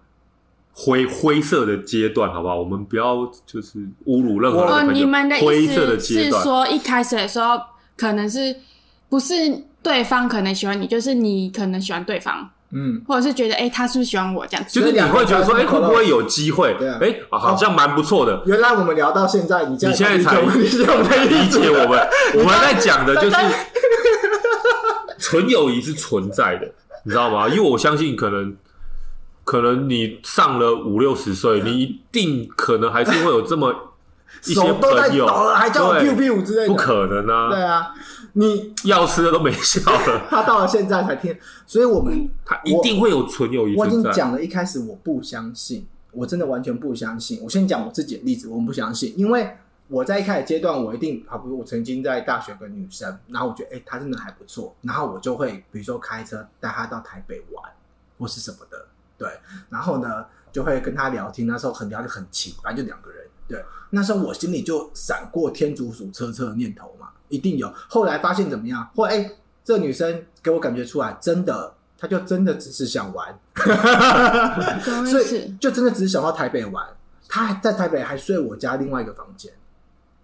[SPEAKER 3] 灰灰色的阶段，好不好？我们不要就是侮辱任何
[SPEAKER 4] 哦，
[SPEAKER 3] 的朋
[SPEAKER 4] 你
[SPEAKER 3] 友。
[SPEAKER 4] 们的
[SPEAKER 3] 灰
[SPEAKER 4] 意
[SPEAKER 3] 色的
[SPEAKER 4] 思
[SPEAKER 3] 阶
[SPEAKER 4] 是
[SPEAKER 3] 段，
[SPEAKER 4] 说一开始的时候，可能是不是对方可能喜欢你，就是你可能喜欢对方，
[SPEAKER 2] 嗯，
[SPEAKER 4] 或者是觉得哎、诶他是不是喜欢我这样子？
[SPEAKER 3] 就是你会觉得说，哎、会不会有机会
[SPEAKER 2] 对啊？
[SPEAKER 3] 哎、啊好像蛮不错的。
[SPEAKER 2] 原来我们聊到现在，你
[SPEAKER 3] 你现在才
[SPEAKER 2] 理解 我们的
[SPEAKER 3] 理
[SPEAKER 2] 意思
[SPEAKER 3] 解我们， 我们在讲的就是
[SPEAKER 2] 刚
[SPEAKER 3] 纯友谊是存在的，你知道吗？因为我相信，可能可能你上了五六十岁，你一定可能还是会有这么一些
[SPEAKER 2] 手都在
[SPEAKER 3] 朋友
[SPEAKER 2] 抖了，，还叫我 biu
[SPEAKER 3] 对，
[SPEAKER 2] biu 之类的，
[SPEAKER 3] 不可能
[SPEAKER 2] 对
[SPEAKER 3] 啊！
[SPEAKER 2] 啊，你
[SPEAKER 3] 要吃的都没效了，
[SPEAKER 2] 他到了现在才听，所以我们
[SPEAKER 3] 他一定会有纯友谊
[SPEAKER 2] 我已
[SPEAKER 3] 存
[SPEAKER 2] 经
[SPEAKER 3] 在。
[SPEAKER 2] 讲了，一开始我不相信，我真的完全不相信。我先讲我自己的例子，我不相信，因为我在一开始阶段，我一定啊，比如我曾经在大学跟女生，然后我觉得哎、诶她真的还不错，然后我就会比如说开车带她到台北玩或是什么的，对，然后呢就会跟她聊天，那时候很聊得很勤，反正就两个人，对，那时候我心里就闪过天竺鼠车车的念头嘛，一定有。后来发现怎么样？或哎、这女生给我感觉出来，真的，她就真的只是想玩，
[SPEAKER 4] 什么
[SPEAKER 2] 所
[SPEAKER 4] 意
[SPEAKER 2] 以
[SPEAKER 4] 思？
[SPEAKER 2] 就真的只是想到台北玩。她还在台北还睡我家另外一个房间，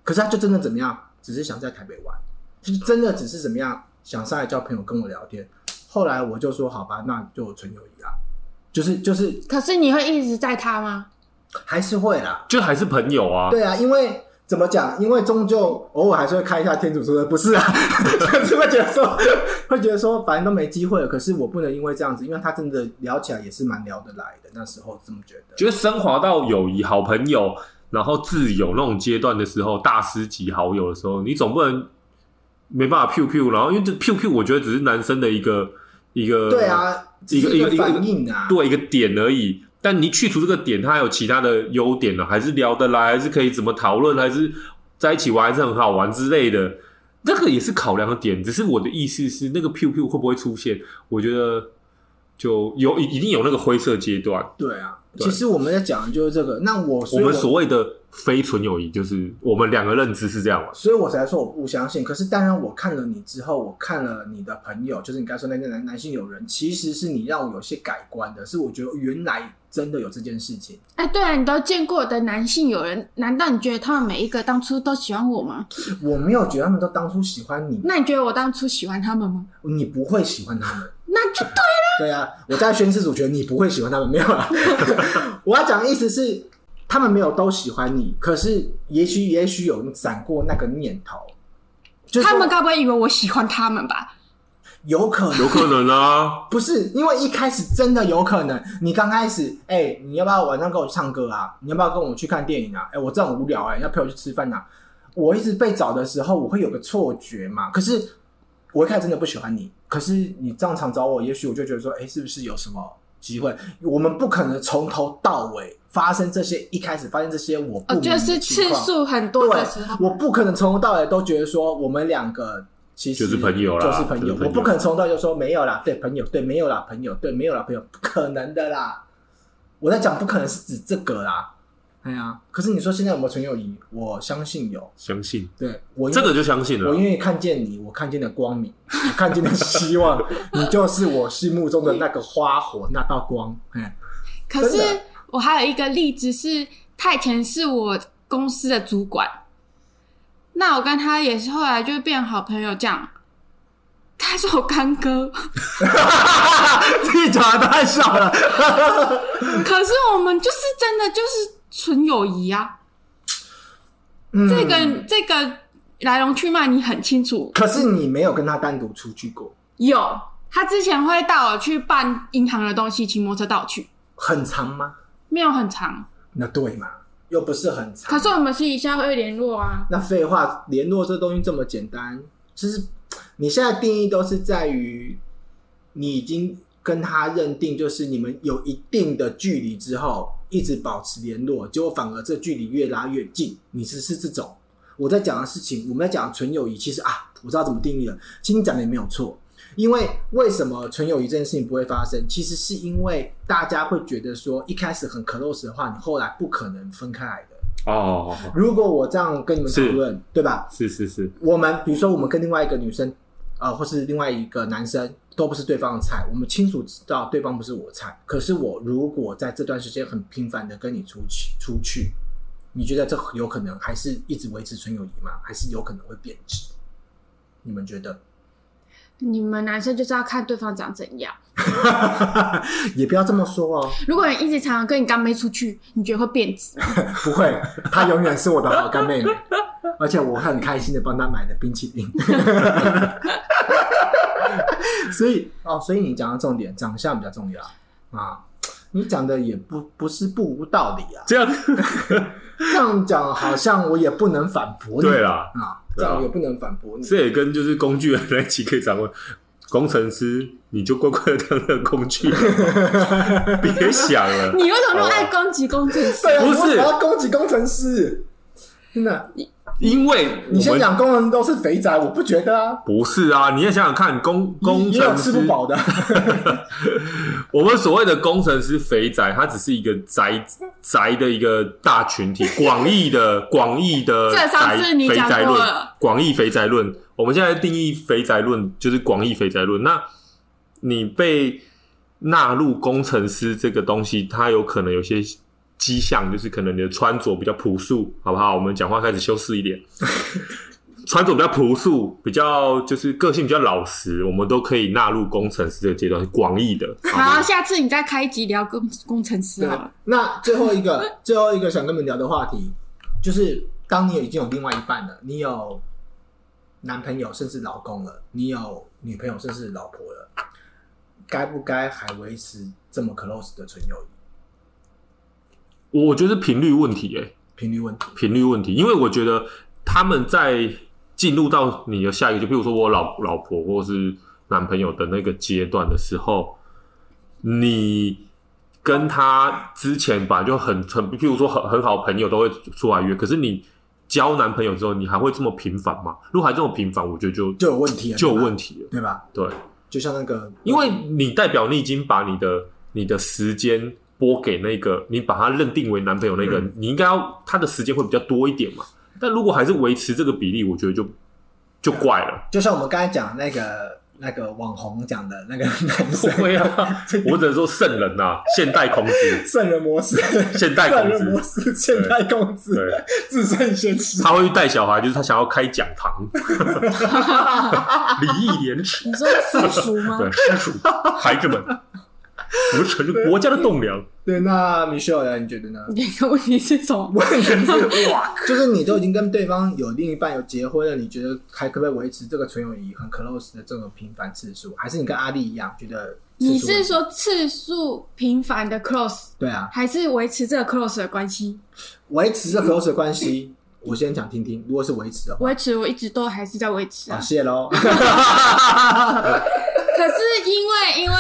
[SPEAKER 2] 可是她就真的怎么样？只是想在台北玩，就是真的只是怎么样？想上来交朋友跟我聊天。后来我就说好吧，那就纯友谊啦，就是就是
[SPEAKER 4] 可是你会一直在他吗？
[SPEAKER 2] 还是会啦，
[SPEAKER 3] 就还是朋友啊，
[SPEAKER 2] 对啊，因为怎么讲？因为终究偶尔还是会开一下天主说的，不是啊， 就是会觉得说，会觉得说，反正都没机会了。可是我不能因为这样子，因为他真的聊起来也是蛮聊得来的。那时候这么觉得，
[SPEAKER 3] 觉得升华到友谊、好朋友，然后挚友那种阶段的时候，大师级好友的时候，你总不能没办法 pew pew，然后因为这 pew pew，我觉得只是男生的一个一个
[SPEAKER 2] 对，啊，
[SPEAKER 3] 一
[SPEAKER 2] 只
[SPEAKER 3] 个
[SPEAKER 2] 是
[SPEAKER 3] 一个一个
[SPEAKER 2] 反应啊，
[SPEAKER 3] 对一个点而已。但你去除这个点，它还有其他的优点呢、还是聊得来，还是可以怎么讨论，还是在一起玩，还是很好玩之类的。那个也是考量的点，只是我的意思是，那个 pew pew 会不会出现？我觉得就有一定有那个灰色阶段，
[SPEAKER 2] 对啊。
[SPEAKER 3] 对
[SPEAKER 2] 其实我们在讲的就是这个。那我
[SPEAKER 3] 我们所谓的非纯友谊，就是我们两个认知是这样嘛。
[SPEAKER 2] 所以我才说我不相信。可是当然，我看了你之后，我看了你的朋友，就是你刚才说那个男男性友人，其实是你让我有些改观的，是我觉得原来真的有这件事情。
[SPEAKER 4] 哎，对啊，你都见过的男性友人，难道你觉得他们每一个当初都喜欢我吗？
[SPEAKER 2] 我没有觉得他们都当初喜欢你，
[SPEAKER 4] 那你觉得我当初喜欢他们吗？
[SPEAKER 2] 你不会喜欢他们。
[SPEAKER 4] 那就对，
[SPEAKER 2] 对啊，我在宣示主权，你不会喜欢他们，没有 啦。我要讲的意思是，他们没有都喜欢你，可是也许也许有闪过那个念头，就是
[SPEAKER 4] 他
[SPEAKER 2] 说
[SPEAKER 4] 们该不会以为我喜欢他们吧？
[SPEAKER 2] 有可能
[SPEAKER 3] 有可能啊，
[SPEAKER 2] 不是，因为一开始真的有可能，你刚开始，哎、你要不要晚上跟我去唱歌啊？你要不要跟我去看电影啊？哎、我这很无聊哎、要陪我去吃饭啊？我一直被找的时候，我会有个错觉嘛。可是我一开始真的不喜欢你，可是你这样常找我，也许我就觉得说，哎、是不是有什么机会？我们不可能从头到尾发生这些，一开始发生这些我不
[SPEAKER 4] 哦，
[SPEAKER 2] 明
[SPEAKER 4] 就
[SPEAKER 2] 的
[SPEAKER 4] 是
[SPEAKER 2] 情
[SPEAKER 4] 次
[SPEAKER 2] 况
[SPEAKER 4] 数很多的时候，
[SPEAKER 2] 我不可能从头到尾都觉得说我们两个其实
[SPEAKER 3] 就是朋友啦
[SPEAKER 2] 就是朋
[SPEAKER 3] 就
[SPEAKER 2] 友
[SPEAKER 3] 是。朋
[SPEAKER 2] 我
[SPEAKER 3] 友
[SPEAKER 2] 不可能从头到尾就说没有啦，对朋友，对没有啦，朋友，对没有啦，朋友，不可能的啦。我在讲不可能是指这个啦，哎呀、可是你说现在有没有纯友谊？我相信有，
[SPEAKER 3] 相信
[SPEAKER 2] 对我
[SPEAKER 3] 这个就相信
[SPEAKER 2] 我
[SPEAKER 3] 了
[SPEAKER 2] 因。为看见你，我看见了光明，我看见了希望， 你就是我心目中的那个花火，那道光。 哎，
[SPEAKER 4] 可是
[SPEAKER 2] 真的
[SPEAKER 4] 我还有一个例子是，太前是我公司的主管，那我跟他也是后来就变好朋友这样。他是我干 哥，
[SPEAKER 3] 自己讲的太少了，
[SPEAKER 4] 可是我们就是真的就是纯友谊啊。
[SPEAKER 2] 嗯
[SPEAKER 4] 这个这个来龙去脉你很清楚，
[SPEAKER 2] 可是你没有跟他单独出去过，
[SPEAKER 4] 有他之前会带我去办银行的东西，骑摩托车带我去，
[SPEAKER 2] 很长吗？
[SPEAKER 4] 没有很长，
[SPEAKER 2] 那对嘛，又不是很长。
[SPEAKER 4] 可是我们私底下会联络啊。
[SPEAKER 2] 那废话，联络这东西这么简单，就是你现在定义都是在于你已经跟他认定，就是你们有一定的距离之后，一直保持联络，结果反而这距离越拉越近。你只是这种我在讲的事情，我们在讲纯友谊，其实啊，我知道怎么定义了。其实你讲的也没有错，因为为什么纯友谊这件事情不会发生？其实是因为大家会觉得说，一开始很 close 的话，你后来不可能分开来的。
[SPEAKER 3] 哦，
[SPEAKER 2] 如果我这样跟你们讨论，对吧？
[SPEAKER 3] 是是是，
[SPEAKER 2] 我们比如说，我们跟另外一个女生，呃，或是另外一个男生，都不是对方的菜，我们清楚知道对方不是我的菜。可是我如果在这段时间很频繁的跟你出去出去，你觉得这有可能还是一直维持纯友谊吗？还是有可能会变质？你们觉得？
[SPEAKER 4] 你们男生就是要看对方长怎样，
[SPEAKER 2] 也不要这么说哦，
[SPEAKER 4] 如果你一直常常跟你干妹出去，你觉得会变质？
[SPEAKER 2] 不会，她永远是我的好干妹妹，而且我很开心的帮她买了冰淇淋。 所以哦，所以你讲到重点，长相比较重要啊。你讲的也不不是不无道理啊，
[SPEAKER 3] 这样
[SPEAKER 2] 这样讲好像我也不能反驳你。
[SPEAKER 3] 对啦，
[SPEAKER 2] 啊，这
[SPEAKER 3] 对啊
[SPEAKER 2] 样我也不能反驳你。
[SPEAKER 3] 这也跟就是工具人在一起可以掌握。工程师，你就乖乖的当那个工 具人吧，别想了。
[SPEAKER 4] 你为什么那么爱攻击工程师？
[SPEAKER 2] 对啊，
[SPEAKER 3] 不
[SPEAKER 2] 你为什
[SPEAKER 3] 是
[SPEAKER 2] 么要攻击工程师，真的。
[SPEAKER 3] 因为
[SPEAKER 2] 你
[SPEAKER 3] 我
[SPEAKER 2] 先
[SPEAKER 3] 们
[SPEAKER 2] 讲工人都是肥宅，我不觉得啊，
[SPEAKER 3] 不是啊，你也想想看，工工
[SPEAKER 2] 也有
[SPEAKER 3] 程
[SPEAKER 2] 吃
[SPEAKER 3] 师
[SPEAKER 2] 不饱的。
[SPEAKER 3] 我们所谓的工程师肥宅，他只是一个宅宅的一个大群体，广义 的广义的
[SPEAKER 4] 这上
[SPEAKER 3] 宅
[SPEAKER 4] 次你
[SPEAKER 3] 肥
[SPEAKER 4] 讲
[SPEAKER 3] 宅
[SPEAKER 4] 过
[SPEAKER 3] 论
[SPEAKER 4] 了，
[SPEAKER 3] 广义肥宅论。我们现在定义肥宅论就是广义肥宅论。那你被纳入工程师这个东西，它有可能有些迹象，就是可能你的穿着比较朴素，好不好？我们讲话开始修饰一 点。穿着比较朴素，比较就是个性比较老实，我们都可以纳入工程师这个阶段，广义的。好啊吗
[SPEAKER 4] 好，啊下次你再开一集聊工工程师
[SPEAKER 2] 对
[SPEAKER 4] 好了。，啊
[SPEAKER 2] 那最后一个， 最后一个想跟你们聊的话题，就是当你已经有另外一半了，你有男朋友甚至老公了，你有女朋友甚至老婆了，该不该还维持这么 close 的纯友谊？
[SPEAKER 3] 我我觉得是频率问题、欸，
[SPEAKER 2] 频率问题，
[SPEAKER 3] 频率问题，因为我觉得他们在进入到你的下一个，就比如说我老老婆或是男朋友的那个阶段的时候，你跟他之前本来就很很，譬如说很很好的朋友都会出来约，可是你交男朋友之后，你还会这么频繁吗？如果还这么频繁，我觉得就
[SPEAKER 2] 就有问题了，
[SPEAKER 3] 就有问
[SPEAKER 2] 题，
[SPEAKER 3] 题了，
[SPEAKER 2] 对吧？
[SPEAKER 3] 对。
[SPEAKER 2] 就像那个，
[SPEAKER 3] 因为你代表你已经把你的你的时间拨给那个你把他认定为男朋友那
[SPEAKER 2] 嗯
[SPEAKER 3] 个人，你应该要他的时间会比较多一点嘛。但如果还是维持这个比例，我觉得就就怪 了。
[SPEAKER 2] 就像我们刚才讲那个那个网红讲的那个 男
[SPEAKER 3] 不
[SPEAKER 2] 生，
[SPEAKER 3] 会啊，我只能说圣人呐、现代孔子，
[SPEAKER 2] 圣人模式，
[SPEAKER 3] 现代
[SPEAKER 2] 圣
[SPEAKER 3] 孔
[SPEAKER 2] 人模
[SPEAKER 3] 子，
[SPEAKER 2] 式，现代公子，
[SPEAKER 3] 对，
[SPEAKER 2] 自身先师。
[SPEAKER 3] 他会带小孩，就是他想要开讲堂， 礼义廉耻
[SPEAKER 4] 你，说私塾吗？
[SPEAKER 3] 对，师叔，孩子们，我们成了国家的栋 梁。
[SPEAKER 2] 对，那 Michelle 呢？你觉得呢？
[SPEAKER 4] 你的问题是什么？
[SPEAKER 2] 就是你都已经跟对方有另一半有结婚了，你觉得还可不可以维持这个纯友谊很 close 的这种频繁次数？还是你跟阿丽一样觉得次数很？
[SPEAKER 4] 你是说次数频繁的 close，
[SPEAKER 2] 对啊，
[SPEAKER 4] 还是维持这个 close 的关系？
[SPEAKER 2] 维持这 close 的关系，我先想听听。如果是维持的话，
[SPEAKER 4] 维持，我一直都还是在维持
[SPEAKER 2] 啊，
[SPEAKER 4] 啊。
[SPEAKER 2] 谢喽。
[SPEAKER 4] 可是因为因为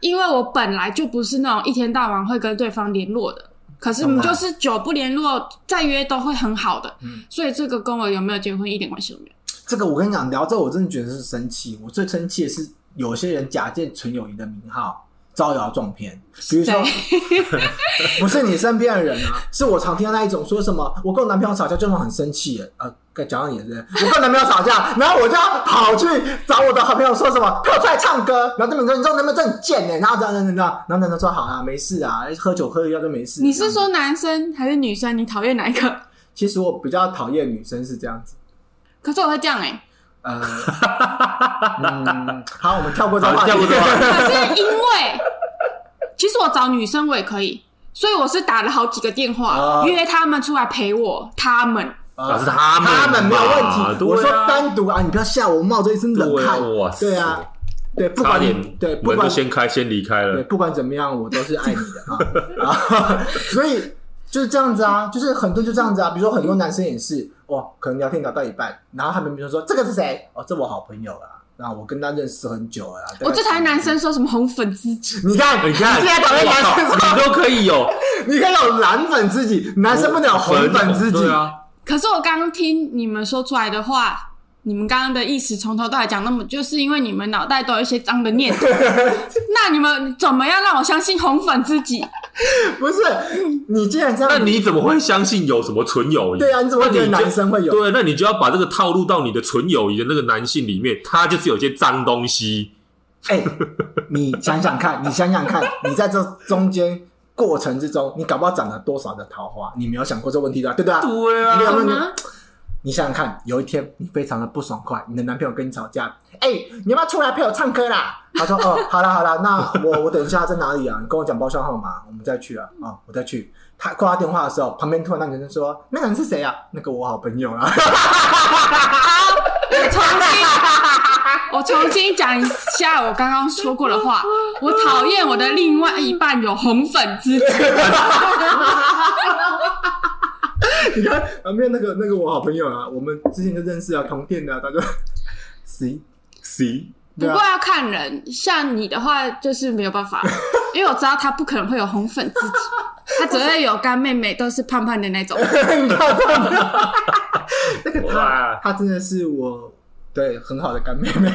[SPEAKER 4] 因为我本来就不是那种一天到晚会跟对方联络的，可是我们
[SPEAKER 2] 懂
[SPEAKER 4] 就
[SPEAKER 2] 了
[SPEAKER 4] 是久不联络，再约都会很好的。
[SPEAKER 2] 嗯
[SPEAKER 4] 所以这个跟我有没有结婚一点关系都没有。
[SPEAKER 2] 这个我跟你讲，聊这我真的觉得是生气。我最生气的是有些人假借纯友谊的名号招摇撞骗，比如说
[SPEAKER 4] 谁
[SPEAKER 2] 不是你身边的人啊，是我常听到那一种说什么我跟我男朋友吵架，就让我很生气耶。呃，跟讲到你是，我跟我男朋友吵架，然后我就要跑去找我的好朋友说什么陪我出来唱歌，然后这边说你知道男朋友真的很贱欸呢，然后这样这样这样，然后男朋友说好啊，没事啊，喝酒喝药就没事。
[SPEAKER 4] 你是
[SPEAKER 2] 这样
[SPEAKER 4] 说男生还是女生？你讨厌哪一个？
[SPEAKER 2] 其实我比较讨厌女生是这样子。
[SPEAKER 4] 可是我会这样哎、
[SPEAKER 2] 呃，嗯，好，我们跳过这个
[SPEAKER 3] 好，
[SPEAKER 2] 话题
[SPEAKER 3] 啊这样不。错吧。
[SPEAKER 4] 可是因为， 其实我找女生我也可以，所以我是打了好几个电话、
[SPEAKER 2] 啊
[SPEAKER 4] 约他们出来陪我。他们
[SPEAKER 3] 啊是他 们
[SPEAKER 2] 呃他们没有
[SPEAKER 3] 嘛
[SPEAKER 2] 问题。
[SPEAKER 3] 对啊
[SPEAKER 2] 我说单独啊，你不要吓我，冒着一身冷汗
[SPEAKER 3] 对啊哇。塞
[SPEAKER 2] 对啊，对，不
[SPEAKER 3] 差
[SPEAKER 2] 管
[SPEAKER 3] 点
[SPEAKER 2] 你，对，不
[SPEAKER 3] 门都
[SPEAKER 2] 管
[SPEAKER 3] 先开，先离开
[SPEAKER 2] 对，
[SPEAKER 3] 了。
[SPEAKER 2] 不管怎么样，我都是爱你的啊啊。 所以就是这样子啊，就是很多就这样子啊。比如说很多男生也是，哇，可能聊天聊到一半，然后他们比如说这个是谁？哦，这我好朋友啦，那我跟他认识很久了啊。
[SPEAKER 4] 我最
[SPEAKER 2] 这
[SPEAKER 4] 讨厌男，生说什么红粉知己，
[SPEAKER 2] 你看，
[SPEAKER 3] 哎你看，
[SPEAKER 2] 现在讨厌男生
[SPEAKER 3] 我
[SPEAKER 2] 说，
[SPEAKER 3] 靠你都可以 有
[SPEAKER 2] 你看有蓝粉知己，男生不能有红粉知己
[SPEAKER 3] 对。啊，
[SPEAKER 4] 可是我刚刚听你们说出来的话。你们刚刚的意思从头到尾讲那么，就是因为你们脑袋都有一些脏的念头。那你们怎么样让我相信红粉知己？
[SPEAKER 2] 不是，你既然这样，
[SPEAKER 3] 那你怎么会相信有什么纯友谊？
[SPEAKER 2] 对啊，你怎么会觉得
[SPEAKER 3] 那你就
[SPEAKER 2] 男生会有？
[SPEAKER 3] 对，那你就要把这个套路到你的纯友谊的那个男性里面，他就是有些脏东西。
[SPEAKER 2] 哎、你想想看，你想想看，你在这中间过程之中，你搞不好长了多少的桃花？你没有想过这问题的，对不对啊？
[SPEAKER 3] 对
[SPEAKER 2] 没有
[SPEAKER 4] 什
[SPEAKER 2] 问题
[SPEAKER 4] 么？
[SPEAKER 2] 你想想看，有一天你非常的不爽快，你的男朋友跟你吵架，哎、你要不要出来陪我唱歌啦？他说：“哦，好啦好啦，那我我等一下在哪里啊？你跟我讲包厢号码，我们再去啊。哦，我再去。”他挂他电话的时候，旁边突然那女生说：“那个人是谁啊？那个我好朋友啊。
[SPEAKER 4] 我重新， 我重新讲一下我刚刚说过的 话。我讨厌我的另外一半有红粉知 己。
[SPEAKER 2] 啊你看旁边那个那个我好朋友啊，我们之前就认识啊，同店的、啊，他就谁
[SPEAKER 3] C，
[SPEAKER 4] 不
[SPEAKER 2] 对啊
[SPEAKER 4] 过要看人，像你的话就是没有办法，因为我知道他不可能会有红粉知己，他只会有干妹妹，都是胖胖的 那种。
[SPEAKER 2] 你看他， 那个他
[SPEAKER 3] 哇，
[SPEAKER 2] 他真的是我对很好的干妹 妹。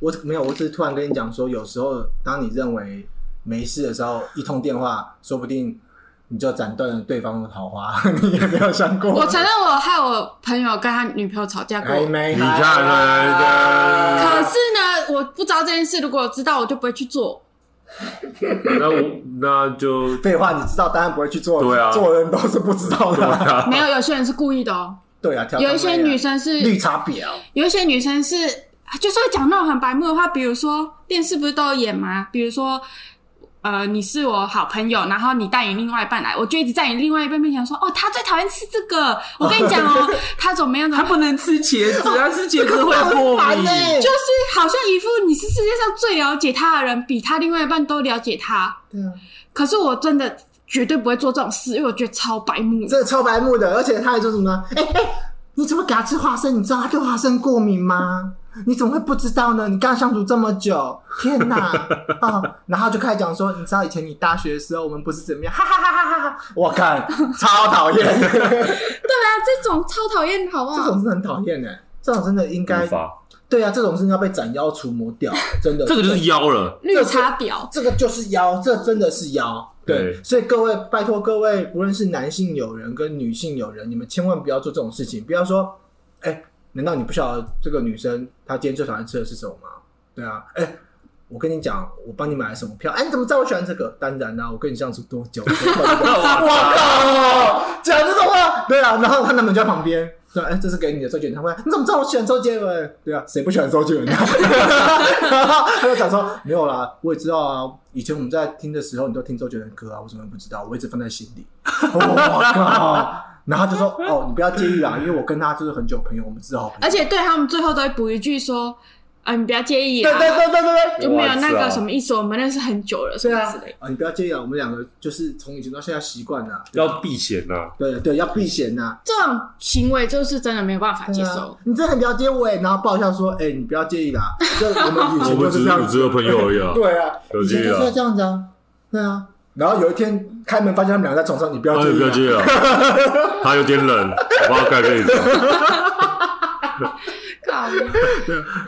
[SPEAKER 2] 我没有，我只是突然跟你讲说，有时候当你认为没事的时候，一通电话，说不定你就斩断了对方的桃花， 你也没有想过。
[SPEAKER 4] 我承认我害我朋友跟他女朋友吵架过，
[SPEAKER 2] 还没，啊
[SPEAKER 3] 你看
[SPEAKER 2] 还没
[SPEAKER 4] 可是呢，我不知道这件事，如果我知道，我就不会去做。
[SPEAKER 3] 那我那 就
[SPEAKER 2] 废话，你知道，当然不会去做。
[SPEAKER 3] 对啊
[SPEAKER 2] 做人都是不知道的啊。
[SPEAKER 4] 没有，有些人是故意的哦，
[SPEAKER 2] 对啊，挑
[SPEAKER 4] 有一些
[SPEAKER 2] 干妹啊
[SPEAKER 4] 女生是
[SPEAKER 2] 绿茶婊。
[SPEAKER 4] 有一些女生是就是会讲那种很白目的话，比如说电视不是都有演吗？比如说。呃，你是我好朋友，然后你带你另外一半来，我就一直在你另外一半面前说，哦，他最讨厌吃这 个。我跟你讲哦，他怎么样的，
[SPEAKER 5] 他不能吃茄子，他吃茄子会过
[SPEAKER 2] 很
[SPEAKER 5] 敏。
[SPEAKER 2] 欸
[SPEAKER 4] 就是好像一副你是世界上最了解他的人，比他另外一半都了解他。
[SPEAKER 2] 对啊，
[SPEAKER 4] 可是我真的绝对不会做这种事，因为我觉得超白目。
[SPEAKER 2] 真的超白目的，而且他还说什么呢？哎、哎、你怎么给他吃花生？你知道他对花生过敏吗？你怎么会不知道呢？你跟他相处这么久，天哪！哦，然后就开始讲说，你知道以前你大学的时候，我们不是怎么样，哈哈哈哈哈哈！我看超讨厌，
[SPEAKER 4] 对啊，这种超讨厌，好不
[SPEAKER 2] 这
[SPEAKER 4] 好？
[SPEAKER 2] 种是很讨厌的。这种真的应该
[SPEAKER 3] 无法，
[SPEAKER 2] 对啊，这种是应该被斩妖除魔掉，真的。
[SPEAKER 3] 这个就是妖了。
[SPEAKER 4] 绿茶婊，
[SPEAKER 2] 这个就是妖，这真的是妖。对，
[SPEAKER 3] 对
[SPEAKER 2] 所以各位，拜托各位，不论是男性友人跟女性友人，你们千万不要做这种事情，不要说，哎，难道你不晓得这个女生她今天最讨厌吃的是什么吗？对啊，哎，我跟你讲，我帮你买了什么票？哎，你怎么知道我喜欢这个？当然啦、我跟你相处多久？我靠，讲这种话，对啊，然后他男朋友就在旁边。对，哎，这是给你的周杰伦，他会，你怎么知道我喜欢周杰伦？对啊，谁不喜欢周杰伦啊？然后他就讲说，没有啦，我也知道啊，以前我们在听的时候，你都听周杰伦歌啊，我怎么会不知道？我一直放在心里。我、靠！然后他就说，哦，你不要介意啦，因为我跟他就是很久朋友，我们是好朋友。
[SPEAKER 4] 而且对他们最后都会补一句说：“啊，你不要介意
[SPEAKER 2] 对
[SPEAKER 4] 啊，
[SPEAKER 2] 对对对对对，
[SPEAKER 4] 就没有那
[SPEAKER 3] 哇
[SPEAKER 4] 个
[SPEAKER 3] 塞
[SPEAKER 4] 什么意思，我们认识很久了，什
[SPEAKER 2] 对
[SPEAKER 4] 么
[SPEAKER 2] 啊
[SPEAKER 4] 之类的。，
[SPEAKER 2] 啊，你不要介意啊，我们两个就是从以前到现在习惯了，
[SPEAKER 3] 要避嫌啊呐、
[SPEAKER 2] 对对，要避嫌呐、
[SPEAKER 4] 这种行为就是真的没有办法
[SPEAKER 2] 对
[SPEAKER 4] 接
[SPEAKER 2] 啊
[SPEAKER 4] 受。
[SPEAKER 2] 你真的很了解我哎，然后爆笑说，哎，你不要介意 啦，就我们以前就
[SPEAKER 3] 我们只
[SPEAKER 2] 是这样
[SPEAKER 3] 是只
[SPEAKER 2] 子
[SPEAKER 3] 是，朋友而已 啊。
[SPEAKER 2] 对啊，
[SPEAKER 3] 有
[SPEAKER 2] 以
[SPEAKER 3] 介
[SPEAKER 2] 前
[SPEAKER 3] 意
[SPEAKER 2] 就
[SPEAKER 3] 啊
[SPEAKER 2] 是要这样子啊，对啊。然后有一天开门发现他们两个在床上，你不要
[SPEAKER 3] 哎，
[SPEAKER 2] 介
[SPEAKER 3] 不
[SPEAKER 2] 意
[SPEAKER 3] 要
[SPEAKER 2] 啊，
[SPEAKER 3] 接啊， 他有点冷，我帮他盖被 子。
[SPEAKER 2] 啊
[SPEAKER 4] 靠，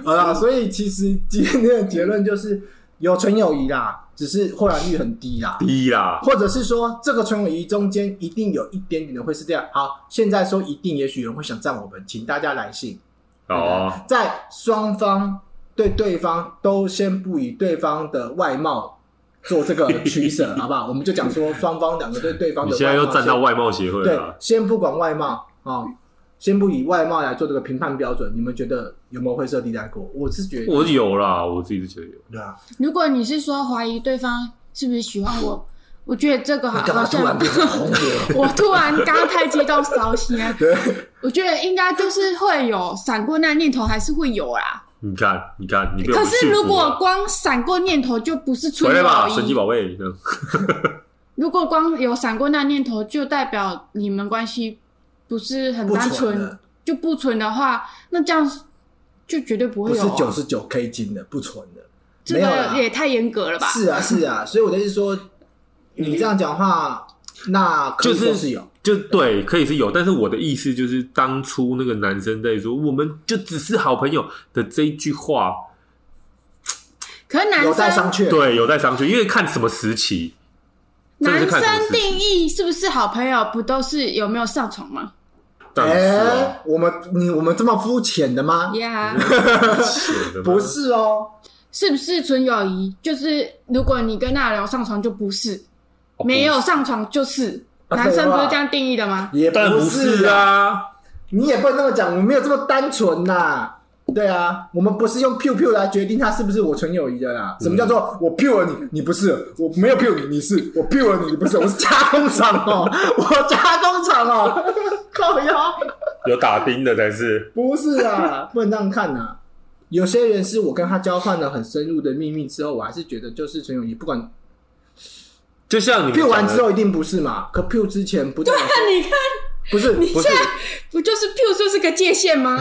[SPEAKER 2] 好啦，所以其实今天的结论就是有纯友谊啦，只是获然率很低啦。
[SPEAKER 3] 低啦，
[SPEAKER 2] 或者是说，这个纯友谊中间一定有一点点的会是这样。好，现在说一定，也许有人会想占我们，请大家来信。
[SPEAKER 3] 哦，
[SPEAKER 2] 在双方对对方都先不以对方的外貌做这个取 舍，好不好？我们就讲说双方两个对对方
[SPEAKER 3] 你
[SPEAKER 2] 的外貌
[SPEAKER 3] 现在又站到
[SPEAKER 2] 先
[SPEAKER 3] 外貌协会啊
[SPEAKER 2] 对
[SPEAKER 3] 了，，
[SPEAKER 2] 先不管外貌啊、哦先不以外貌来做这个评判标准，你们觉得有没有灰色地带过？我是觉得
[SPEAKER 3] 我有啦，我自己是觉得有。
[SPEAKER 2] 对啊，
[SPEAKER 4] 如果你是说怀疑对方是不是喜欢我，我觉得啊这个好
[SPEAKER 2] 干嘛
[SPEAKER 4] 好
[SPEAKER 2] 突然
[SPEAKER 4] 像
[SPEAKER 2] 变成红脸？
[SPEAKER 4] 我突然刚刚太激动烧心啊！
[SPEAKER 2] 对，
[SPEAKER 4] 我觉得应该就是会有闪过那念头，还是会有啦。
[SPEAKER 3] 你看，你看，你被我
[SPEAKER 4] 可
[SPEAKER 3] 们
[SPEAKER 4] 是
[SPEAKER 3] 驯服
[SPEAKER 4] 如果
[SPEAKER 3] 了
[SPEAKER 4] 光闪过念头，就不是纯
[SPEAKER 3] 回来吧，神
[SPEAKER 4] 友
[SPEAKER 3] 奇
[SPEAKER 4] 谊。
[SPEAKER 3] 宝贝，
[SPEAKER 4] 如果光有闪过那念头，就代表你们关系不是很单
[SPEAKER 2] 不纯
[SPEAKER 4] 纯
[SPEAKER 2] 的，
[SPEAKER 4] 就不纯的话，那这样就绝对不会
[SPEAKER 2] 不
[SPEAKER 4] 有、
[SPEAKER 2] 是
[SPEAKER 4] 啊。
[SPEAKER 2] 九十九 K 金的，不纯 的，
[SPEAKER 4] 这
[SPEAKER 2] 没有啦
[SPEAKER 4] 个也太严格了吧？
[SPEAKER 2] 是啊，是啊，所以我的意思说，你这样讲话，那可以
[SPEAKER 3] 就是
[SPEAKER 2] 说是有，
[SPEAKER 3] 就对，可以是有，但是我的意思就是，当初那个男生在说“我们就只是好朋友”的这一句话，
[SPEAKER 4] 可是男
[SPEAKER 2] 有待商
[SPEAKER 4] 生
[SPEAKER 2] 榷。
[SPEAKER 3] 对，有待商榷，因为看什么时期，真的
[SPEAKER 4] 男
[SPEAKER 3] 是看什么
[SPEAKER 4] 生
[SPEAKER 3] 时期
[SPEAKER 4] 定义是不是好朋友，不都是有没有上床吗？
[SPEAKER 3] 当然是 啊，
[SPEAKER 2] 哎我们你我们这么肤浅的吗？
[SPEAKER 4] 呀、
[SPEAKER 2] 嗯
[SPEAKER 3] 显得嘛
[SPEAKER 2] 不是哦，
[SPEAKER 4] 是不是纯友谊？就是如果你跟那个人有上床，就不是；
[SPEAKER 3] 哦
[SPEAKER 4] 没有上床就是。
[SPEAKER 2] 啊
[SPEAKER 4] 男
[SPEAKER 2] 对
[SPEAKER 4] 生不
[SPEAKER 2] 吧
[SPEAKER 4] 是这样定义的吗？
[SPEAKER 2] 也
[SPEAKER 3] 不是但不是
[SPEAKER 2] 啊，
[SPEAKER 3] 啊，
[SPEAKER 2] 你也不能那么讲，我没有这么单纯呐。对啊，我们不是用 pew pew 来决定他是不是我纯友谊的啦。什么叫
[SPEAKER 3] 嗯
[SPEAKER 2] 做我 pew 了你，你不是？我没有 pew 你，你是我 pew 了你，你不 是？我是加工厂哦，我加工厂哦，靠腰。
[SPEAKER 3] 有打钉的才是，
[SPEAKER 2] 不是啊，不能这样看呐、有些人是我跟他交换了很深入的秘密之后，我还是觉得就是纯友谊，不管
[SPEAKER 3] 就像你
[SPEAKER 2] P
[SPEAKER 3] 们
[SPEAKER 2] 完
[SPEAKER 3] 讲
[SPEAKER 2] 之
[SPEAKER 3] 的，
[SPEAKER 2] 后一定不是嘛？可 P 之前不代表说
[SPEAKER 4] 你看，
[SPEAKER 2] 不是
[SPEAKER 4] 啊你现在不就是 Q 就是个界限吗？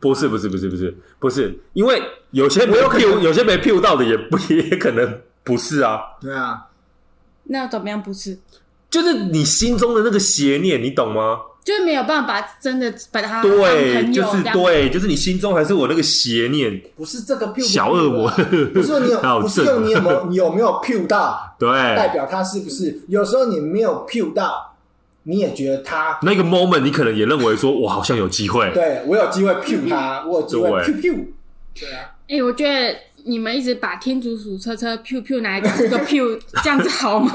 [SPEAKER 3] 不是不是不是不是不是，因为有些没
[SPEAKER 2] 有可
[SPEAKER 3] p
[SPEAKER 2] 能
[SPEAKER 3] 有些没 p 到的也 不也可能不是啊，
[SPEAKER 2] 对啊，
[SPEAKER 4] 那怎么样不是？
[SPEAKER 3] 就是你心中的那个邪念，你懂吗？
[SPEAKER 4] 就是没有办法真的把他啊当
[SPEAKER 3] 对，
[SPEAKER 4] 朋
[SPEAKER 3] 就
[SPEAKER 4] 友
[SPEAKER 3] 是
[SPEAKER 4] 这样。
[SPEAKER 3] 对，就是你心中还是我那个邪念，
[SPEAKER 2] 不是这个 P
[SPEAKER 3] 小恶魔
[SPEAKER 2] 不是说你有，
[SPEAKER 3] 他好
[SPEAKER 2] 不是
[SPEAKER 3] 正啊
[SPEAKER 2] 用
[SPEAKER 3] 哎
[SPEAKER 2] 你有没有你有没有 P 到，代
[SPEAKER 3] 对，
[SPEAKER 2] 表他是不是？有时候你没有 P 到，你也觉得他
[SPEAKER 3] 那个 moment 你可能也认为说，我好像有机会，
[SPEAKER 2] 对我有机会 P 他，我有机会 P
[SPEAKER 3] 对
[SPEAKER 2] P，对啊，
[SPEAKER 4] 哎、我觉得你们一直把天竺鼠车车 Q Q 拿来讲这个 Q，这样子 好吗？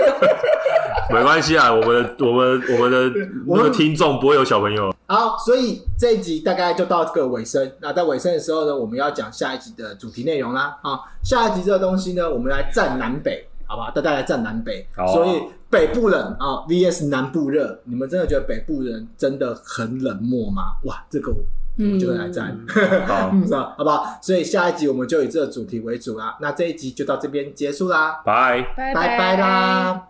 [SPEAKER 3] 没关系啊，我们的我们我们的
[SPEAKER 2] 我们
[SPEAKER 3] 那个听众不会有小朋友，
[SPEAKER 2] 好，所以这一集大概就到这个尾声。那在尾声的时候呢，我们要讲下一集的主题内容啦。啊，下一集这个东西呢，我们来站南北，好不好？大家来站南北。
[SPEAKER 3] 好啊
[SPEAKER 2] 所以北部冷啊 VS 南部热，你们真的觉得北部人真的很冷漠吗？哇，这个我我就会来站，
[SPEAKER 4] 嗯
[SPEAKER 3] 好，
[SPEAKER 2] 是吧？好不好？所以下一集我们就以这个主题为主啦。那这一集就到这边结束啦，
[SPEAKER 3] 拜。
[SPEAKER 4] 拜
[SPEAKER 2] 拜拜啦。